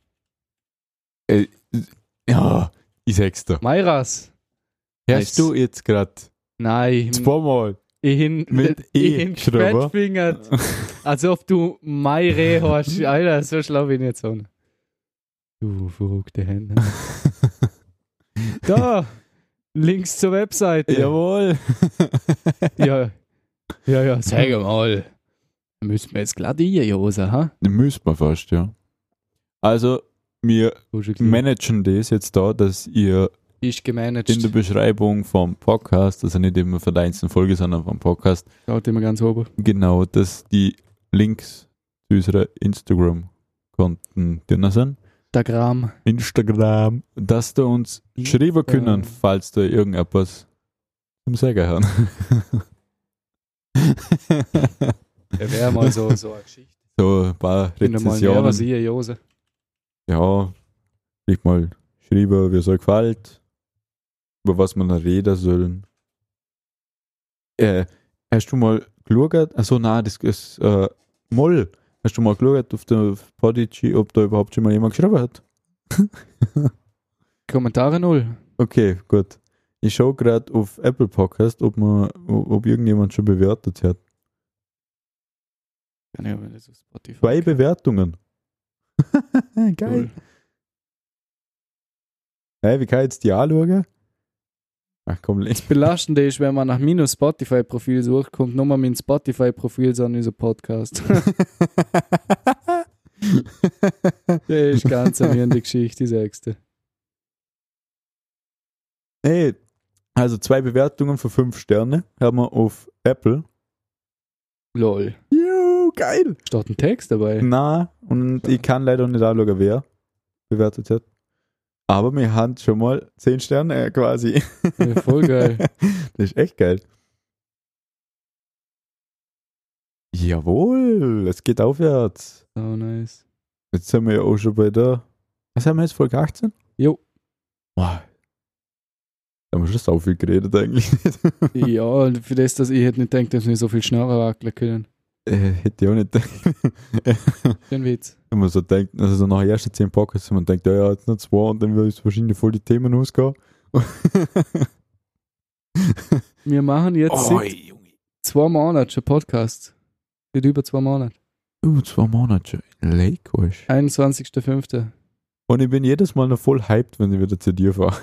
S1: Ja, ich sag's dir.
S2: Meiras.
S1: Hörst du jetzt gerade
S2: Nein.
S1: zweimal
S2: Ich hin,
S1: mit
S2: ich
S1: E
S2: hin
S1: geschrieben?
S2: quetschfingert. Als ob du Meire hast. Alter, so schlau bin ich jetzt auch nicht. Du verrückte Hände. Da! Links zur Webseite.
S1: Jawohl.
S2: ja. Ja, ja, sag mal. Müssen wir jetzt glatt Hose, ha?
S1: Müssen wir fast, ja. Also, wir
S2: Hm.
S1: managen das jetzt da, dass ihr
S2: Ist gemanagt.
S1: in der Beschreibung vom Podcast, also nicht immer von der einzelnen Folge, sondern vom Podcast,
S2: Schaut immer ganz oben.
S1: genau, dass die Links zu unserer Instagram-Konten drin sind.
S2: Instagram.
S1: Instagram. Dass du uns schreiben können, falls da irgendetwas zum Sagen haben.
S2: Ja, wäre mal so, so eine Geschichte.
S1: So ein paar
S2: Bin mal mehr was
S1: Rezessionen.
S2: ihr, Jose.
S1: Ja, ich mal schreiben, wie es euch gefällt, über was man reden sollen. Äh, hast du mal geschaut? Achso, nein, das ist äh, Moll. Hast du mal geschaut auf der Podigy, ob da überhaupt schon mal jemand geschrieben hat?
S2: Kommentare null.
S1: Okay, gut. Ich schaue gerade auf Apple Podcast, ob man, ob irgendjemand schon bewertet hat.
S2: Kann ich aber nicht auf Spotify.
S1: Zwei Bewertungen. Geil.
S2: Cool.
S1: Hey, wie kann ich jetzt die anschauen? Ach komm,
S2: Das
S1: leg.
S2: Belastende ist, wenn man nach meinem Spotify-Profil sucht, kommt nochmal mein Spotify-Profil, sondern unser Podcast. das ist ganz eine weirde Geschichte, die sechste.
S1: Hey, also zwei Bewertungen für fünf Sterne haben wir auf Apple.
S2: Lol.
S1: Juhu, geil.
S2: Statt ein Text dabei.
S1: Na, und ich kann leider nicht anschauen, wer bewertet hat. Aber wir haben schon mal zehn Sterne äh, quasi.
S2: Ja, voll geil.
S1: Das ist echt geil. Jawohl, es geht aufwärts.
S2: So nice.
S1: Jetzt sind wir ja auch schon bei der. Was haben wir jetzt, Folge 18?
S2: Jo.
S1: Wow. Da haben wir schon so viel geredet eigentlich.
S2: Ja, und für das, dass ich hätte nicht gedacht, dass wir so viel schneller wackeln können.
S1: äh, hätte ich auch nicht gedacht.
S2: Kein Witz.
S1: wenn man so denkt, also so nach den ersten zehn Podcasts, wenn man denkt, ja, ja, jetzt noch zwei und dann wird es wahrscheinlich voll die Themen ausgehen.
S2: Wir machen jetzt
S1: Oh,
S2: seit
S1: Junge.
S2: zwei Monaten schon Podcast. Seit über zwei Monaten.
S1: Über Uh, zwei Monate schon. Leck euch.
S2: 21.05.
S1: Und ich bin jedes Mal noch voll hyped, wenn ich wieder zu dir fahre.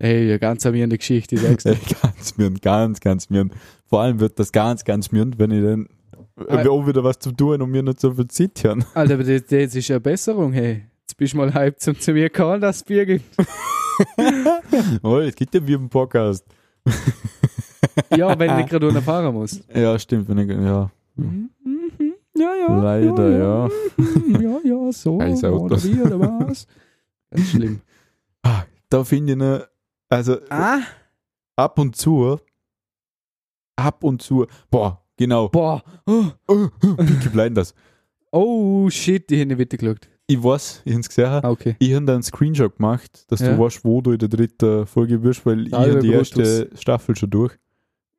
S2: Ey, ja, ganz eine weirde Geschichte, die sechste.
S1: Ey, ganz mirn, ganz, ganz mirn. Vor allem wird das ganz, ganz mirn, wenn ich dann wenn wir auch wieder was zu tun und mir nicht so viel Zeit haben.
S2: Alter, aber das, das ist eine Besserung, hey. Jetzt bist du mal hyped zum zu mir kommen, dass es Bier gibt.
S1: Oh, es gibt ja wie im Podcast.
S2: Ja, wenn ich gerade fahren muss.
S1: Ja, stimmt. Wenn ich, ja.
S2: Mhm, mhm. Ja, ja.
S1: Leider, ja.
S2: mhm, Ja, ja, so.
S1: Scheiß Autos.
S2: Oder wie, oder was? Ganz schlimm.
S1: Da finde ich ne, also
S2: Ah,
S1: ab und zu, ab und zu, boah, genau,
S2: boah. Oh,
S1: Oh, oh, Peaky Blinders.
S2: Oh, shit, die Hände bitte gelockt.
S1: Ich weiß, ich habe es gesehen.
S2: Ah, okay.
S1: Ich habe da einen Screenshot gemacht, dass
S2: Ja.
S1: du weißt, wo du in der dritten Folge bist, weil ich
S2: Ah,
S1: hab die
S2: über
S1: erste Staffel schon durch.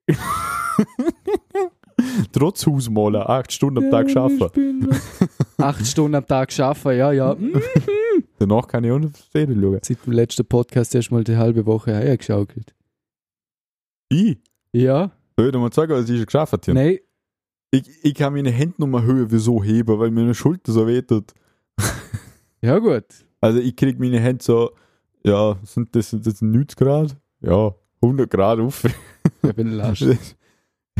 S1: Trotz Hausmaler, acht Stunden am Tag schaffen.
S2: Acht Stunden am Tag schaffen, ja, ja. Mhm.
S1: Danach kann ich auch nicht Serien schauen.
S2: Seit dem letzten Podcast erst mal die halbe Woche hergeschaukelt.
S1: Ich?
S2: Ja?
S1: Soll ich dir mal zeigen, was ich schon geschafft habe?
S2: Nein.
S1: Ich, ich kann meine Hände nochmal höher wie so heben, weil meine Schulter so wehtut.
S2: Ja, gut.
S1: Also ich kriege meine Hände so, ja, sind das, sind das 90 Grad? Ja, 100 Grad auf.
S2: Ich bin lasch.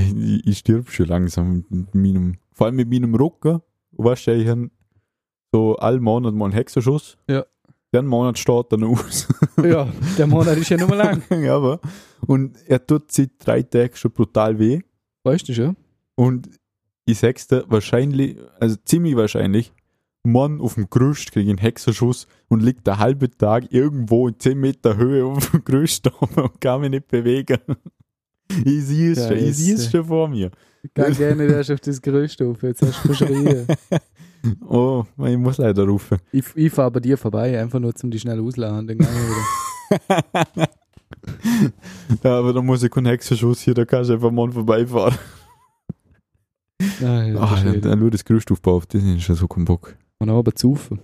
S1: Ich, ich stirb schon langsam mit meinem, vor allem mit meinem Rücken. Weißt du, ich habe so alle Monat mal einen Hexenschuss.
S2: Ja.
S1: Den Monat steht dann aus.
S2: Ja, der Monat ist ja nur mal lang.
S1: Aber, und er tut seit drei Tagen schon brutal weh.
S2: Weißt du schon?
S1: Und ich sag's dir, wahrscheinlich, also ziemlich wahrscheinlich, morgen auf dem Gerüst kriege ich einen Hexenschuss und liegt der halbe Tag irgendwo in 10 Meter Höhe auf dem Gerüst oben und kann mich nicht bewegen. Ich sehe es schon, ich sehe es
S2: Scheiße.
S1: schon vor mir.
S2: Gar gerne wärst du auf das Größte auf. Jetzt hast du verschrien.
S1: Oh, ich muss leider rufen.
S2: ich ich fahre bei dir vorbei, einfach nur zum die schnell ausladen. Dann geh ich wieder.
S1: Ja, aber da muss ich keinen Hexenschuss hier, da kannst du einfach morgen vorbeifahren.
S2: Nein,
S1: Ah, dann, dann nur das Gerüst aufbauen, auf das ist schon so kein Bock.
S2: Und aber zufen.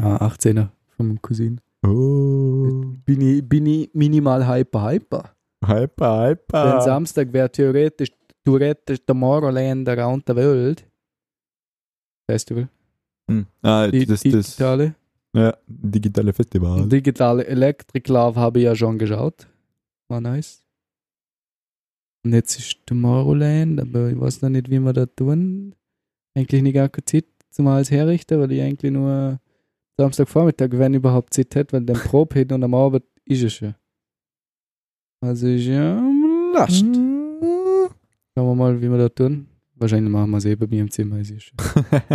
S2: Ah, 18er vom Cousin.
S1: Oh,
S2: Bin ich, bin ich minimal hyper hyper.
S1: hyper,
S2: Denn
S1: hyper.
S2: Samstag wäre theoretisch, theoretisch der Morrowland around the world. Festival.
S1: Hm. Ah,
S2: Die,
S1: das, das,
S2: digitale.
S1: ja, digitale Festival.
S2: Ein digitale Electric Love habe ich ja schon geschaut. War nice. Und jetzt ist Tomorrowland, aber ich weiß noch nicht, wie wir das tun. Eigentlich nicht gar keine Zeit zum alles herrichten, weil ich eigentlich nur Samstagvormittag, wenn überhaupt Zeit hätte, weil dann Probe hätte und am Abend ist es schon. Also ist ja last.
S1: Mhm.
S2: Schauen wir mal, wie wir das tun. Wahrscheinlich machen wir es eh bei mir im Zimmer, es ist schon.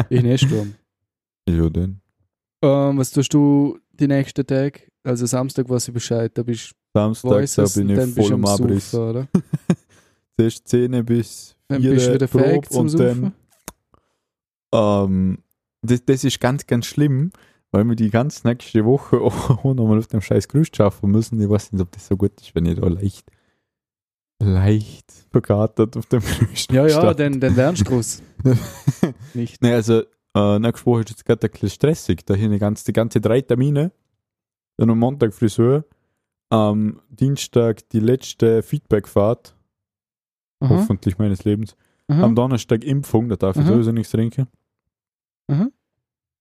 S2: Ich nicht Sturm.
S1: ja, dann.
S2: Ähm, was tust du die nächsten Tage? Also Samstag weiß ich Bescheid, da bist
S1: Samstag, da
S2: Voices
S1: bin
S2: und
S1: ich
S2: dann bist
S1: voll
S2: du am
S1: am Abriss.
S2: Saufen, oder?
S1: Zuerst 10 bis
S2: Dann bist du
S1: 4
S2: wieder
S1: Probe
S2: fähig zum
S1: und dann
S2: Saufen.
S1: ähm, das, das ist ganz, ganz schlimm, weil wir die ganze nächste Woche auch nochmal auf dem scheiß Gerüst schaffen müssen. Ich weiß nicht, ob das so gut ist, wenn ich da leicht, leicht verkatert auf dem Gerüst
S2: Ja, ja,
S1: stand.
S2: dann, dann lernst du groß. Nicht.
S1: Nee, also äh, nächste Woche ist jetzt gerade ein bisschen stressig. Da hier eine ganze, die ganze drei Termine. Dann am Montag Friseur, am Dienstag die letzte Feedbackfahrt,
S2: Aha,
S1: hoffentlich meines Lebens. Am
S2: aha,
S1: Donnerstag Impfung, da darf ich
S2: Aha.
S1: sowieso nichts trinken. Ehm,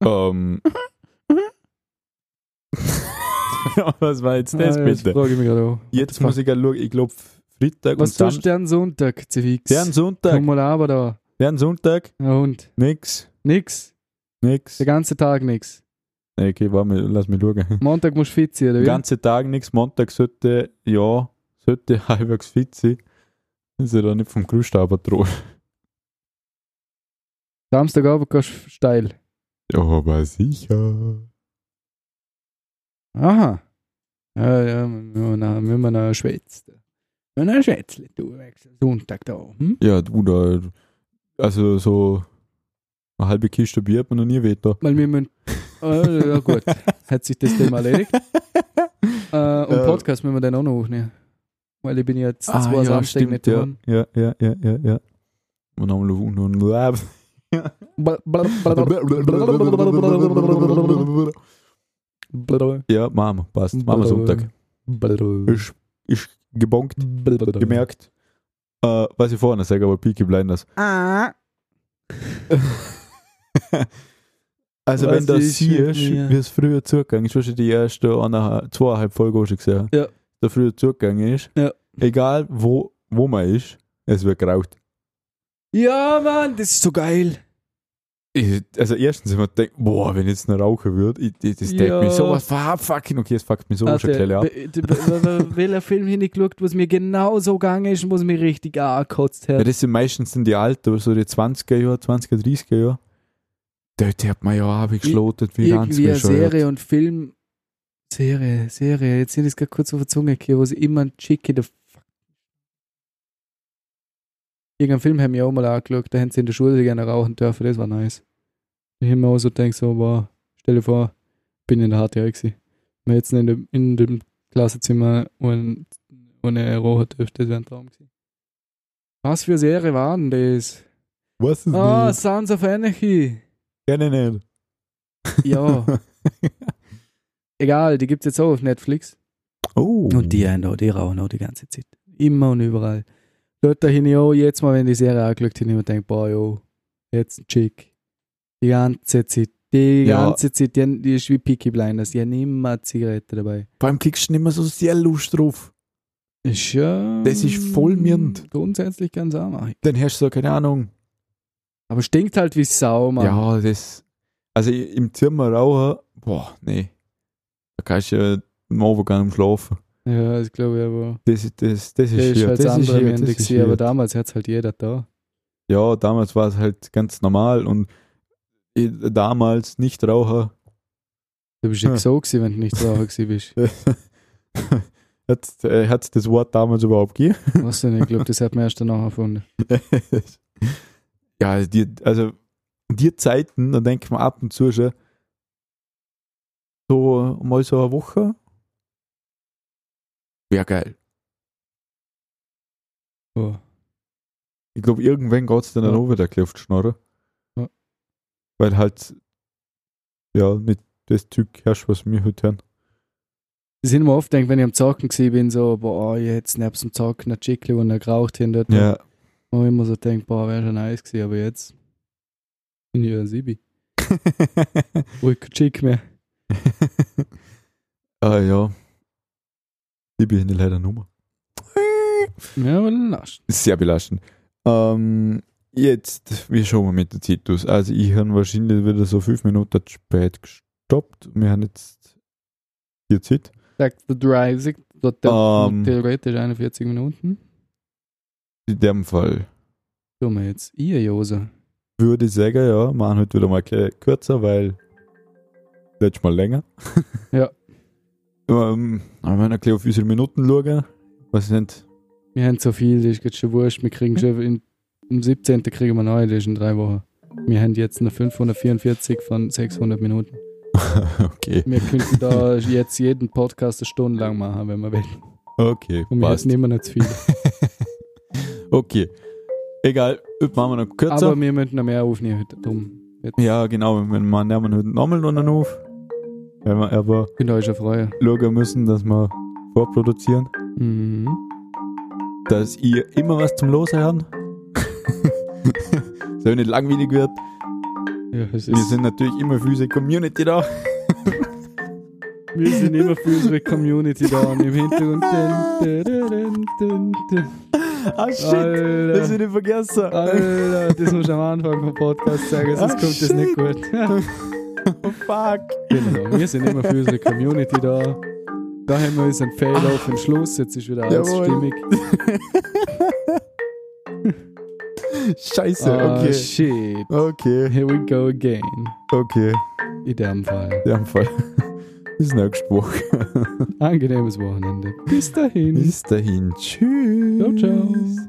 S2: aha.
S1: Ähm. ja, was war jetzt das
S2: Ah, ja,
S1: bitte?
S2: frage ich mich gerade auch.
S1: Jetzt muss ich gerade schauen, ich glaube Freitag
S2: Was
S1: und
S2: tust
S1: Samstag.
S2: du am Sonntag, Zivix?
S1: Deren
S2: Komm
S1: Sonntag,
S2: mal aber da.
S1: deren Sonntag,
S2: Ein Hund.
S1: nix,
S2: Nix.
S1: nix.
S2: Den ganzen Tag nix.
S1: Okay, warte, mal, lass mich schauen.
S2: Montag musst du fit sein, oder
S1: Den
S2: wie?
S1: ganzen Tag nix, Montag sollte, ja, sollte halbwegs fit sein. Ist ja da nicht vom Grüßstaber drohen.
S2: Samstagabend gehst du steil.
S1: Ja, aber sicher.
S2: Aha. Ja, ja, müssen wir noch- müssen wir noch schwätzen. Müssen wir noch schwätzen, du Wechsel. Sonntag da. Hm?
S1: Ja, du, da, also so eine halbe Kiste Bier hat man noch nie weiter.
S2: Weil wir müssen. Äh, ja, gut. Hat sich das Thema erledigt. Äh, und
S1: Äh.
S2: Podcast müssen wir dann auch noch hochnehmen. Weil ich bin jetzt zwei Samstage nicht
S1: Ah, ja.
S2: dran.
S1: ja, ja, ja, ja, ja. Und haben wir noch einen Lab.
S2: Bla- bla- bla- bla- bla-
S1: Ja, Mama, passt. Mama Sonntag.
S2: bla-
S1: Ist, ist gebonkt, gemerkt. Äh, was ich vorhin sage, aber Peaky Blinders.
S2: Ah.
S1: Also,
S2: Was
S1: wenn du das
S2: ist mit
S1: siehst,
S2: mir?
S1: wie es früher zugegangen ist, hast du die erste eineinhalb, zweieinhalb Folgen schon gesehen.
S2: Ja.
S1: Der früher zugegangen ist.
S2: Ja.
S1: Egal, wo, wo man ist, es wird geraucht.
S2: Ja, Mann, das ist so geil.
S1: Ich, also erstens, wenn man denkt, boah, wenn ich jetzt noch rauchen würde, ich, ich, das
S2: Ja. Also, äh,
S1: denkt mich sowas, fuck, fucking, okay, es fuckt mich sowas schon
S2: Warte,
S1: gleich ab.
S2: be- de- be- be- welcher Film hin ich geschaut, wo es mir genau so gegangen ist und wo es mir richtig angekotzt
S1: Ja,
S2: hat.
S1: das sind meistens dann die Alten, so die 20er Jahre, 20er, 30er Jahre. Dort hat man ja abgeschlotet, wie ganz
S2: Irgendwie eine
S1: bescheuert.
S2: Serie und Film. Serie, Serie. Jetzt sind es gerade kurz auf der Zunge gekommen, wo sie immer ein Chick in der. Fuck. Irgendeinen Film haben wir auch mal angeschaut, da haben sie in der Schule gerne rauchen dürfen, das war nice. Ich habe mir auch so gedacht, so, wow, stell dir vor, bin in der HTR gewesen. Wenn jetzt in dem, in dem Klassenzimmer und ohne rauchen dürfte, das wäre ein Traum gewesen. Was für Serie war denn das?
S1: Was ist
S2: Ah,
S1: das?
S2: Sons of Anarchy.
S1: Kenn ich nicht.
S2: Ja. Egal, die gibt's jetzt auch auf Netflix.
S1: oh.
S2: Und die haben auch, die rauchen auch die ganze Zeit. Immer und überall. Dort dahin ich auch jetzt mal, wenn die Serie angeschaut habe, immer denkt, boah, jo, jetzt ein Chick. Die ganze Zeit. Die
S1: Ja.
S2: ganze Zeit, die, haben- die ist wie Peaky Blinders, die haben immer eine Zigarette dabei.
S1: Beim kriegst du nicht mehr so sehr Lust drauf.
S2: Ist ja.
S1: Das ist Mm, voll mirrend.
S2: Grundsätzlich ganz arm.
S1: Dann hast du so, keine Ahnung.
S2: Aber stinkt halt wie Sau, Mann.
S1: Ja, das. Also i- im Zimmer rauchen, boah, nee. Da kannst du ja morgen gar nicht schlafen.
S2: ja das glaube ich aber.
S1: Das, ist- das, das ist
S2: Das ist
S1: hier,
S2: halt das
S1: das ist
S2: andere
S1: hier,
S2: Ende
S1: das ist
S2: gewesen, aber
S1: hier.
S2: damals hat es halt jeder da.
S1: Ja, damals war es halt ganz normal und i- damals nicht Raucher.
S2: Du bist ja
S1: Hm.
S2: so gewesen, wenn du nicht rauchen gewesen bist.
S1: Hat äh, hat's das Wort damals überhaupt gegeben?
S2: Weißt du nicht, ich glaube, das hat man erst danach erfunden.
S1: ja, die, also die Zeiten, da denkt man ab und zu schon so mal so eine Woche. Wäre geil.
S2: Oh.
S1: Ich glaube, irgendwann geht es dann
S2: Ja.
S1: auch wieder Klefftschnorren.
S2: Ja.
S1: Weil halt ja nicht das Zeug herrscht, was wir heute haben.
S2: Das sind immer oft denkt, wenn ich am Zocken gewesen bin, so, boah, ah, jetzt nebst dem Zocken ein Chickli und er geraucht hin dort. Und immer so denkt, boah, wäre schon nice gewesen, aber jetzt bin ich ja ein Sibi. Wo ich kein Chick mehr.
S1: ah ja. Ich bin nicht leider Nummer.
S2: Ja, aber lasch.
S1: Sehr belastend. Ähm, jetzt, wir schauen mal mit der Zeit aus. Also ich habe wahrscheinlich wieder so fünf Minuten zu spät gestoppt. Wir haben jetzt die Zeit.
S2: Sagt der 30, dort
S1: Ähm.
S2: theoretisch 41 Minuten.
S1: In dem Fall
S2: Tun wir jetzt ihr, Jose.
S1: würde ich sagen, ja, machen heute wieder mal kle- kürzer, weil letztes Mal länger.
S2: Ja.
S1: Ähm, aber wenn wir ein bisschen auf unsere Minuten schauen, was sind
S2: Wir haben so viel, das ist jetzt schon wurscht. Wir kriegen schon in, am 17. kriegen wir neu, das ist in drei Wochen. Wir haben jetzt noch 544 von 600 Minuten.
S1: okay,
S2: Wir könnten da jetzt jeden Podcast eine Stunde lang machen, wenn wir wollen.
S1: okay,
S2: Und wir
S1: passt.
S2: hätten immer nicht zu viel.
S1: Okay. Egal, heute machen wir noch kürzer.
S2: Aber wir möchten noch mehr aufnehmen heute. Darum jetzt
S1: ja, genau, wenn wir man nehmen heute nochmal noch einen auf. Weil wir aber
S2: könnt ihr euch schon freuen.
S1: schauen müssen, dass wir vorproduzieren,
S2: Mhm.
S1: dass ihr immer was zum Loshören. so nicht langweilig wird.
S2: Ja, es
S1: Wir
S2: ist,
S1: sind natürlich immer für unsere Community da.
S2: Wir sind immer für unsere Community da und im Hintergrund. Dun, dun, dun, dun, dun.
S1: Ah, shit, das
S2: Alter,
S1: hätte ich vergessen.
S2: Ah, Alter, das muss ich am Anfang vom Podcast sagen, sonst
S1: Ah,
S2: kommt das
S1: shit.
S2: nicht gut.
S1: Oh, fuck.
S2: Genau, wir sind immer für unsere Community da. Da haben wir unseren Fail-Off im Schluss, jetzt ist wieder alles
S1: Jawohl.
S2: stimmig.
S1: Scheiße,
S2: Ah,
S1: okay.
S2: shit.
S1: okay,
S2: Here we go again.
S1: okay.
S2: In dem Fall.
S1: Der Fall. Bis nächste Woche.
S2: Angenehmes Wochenende. Bis dahin.
S1: Bis dahin. Tschüss.
S2: Ciao, ciao.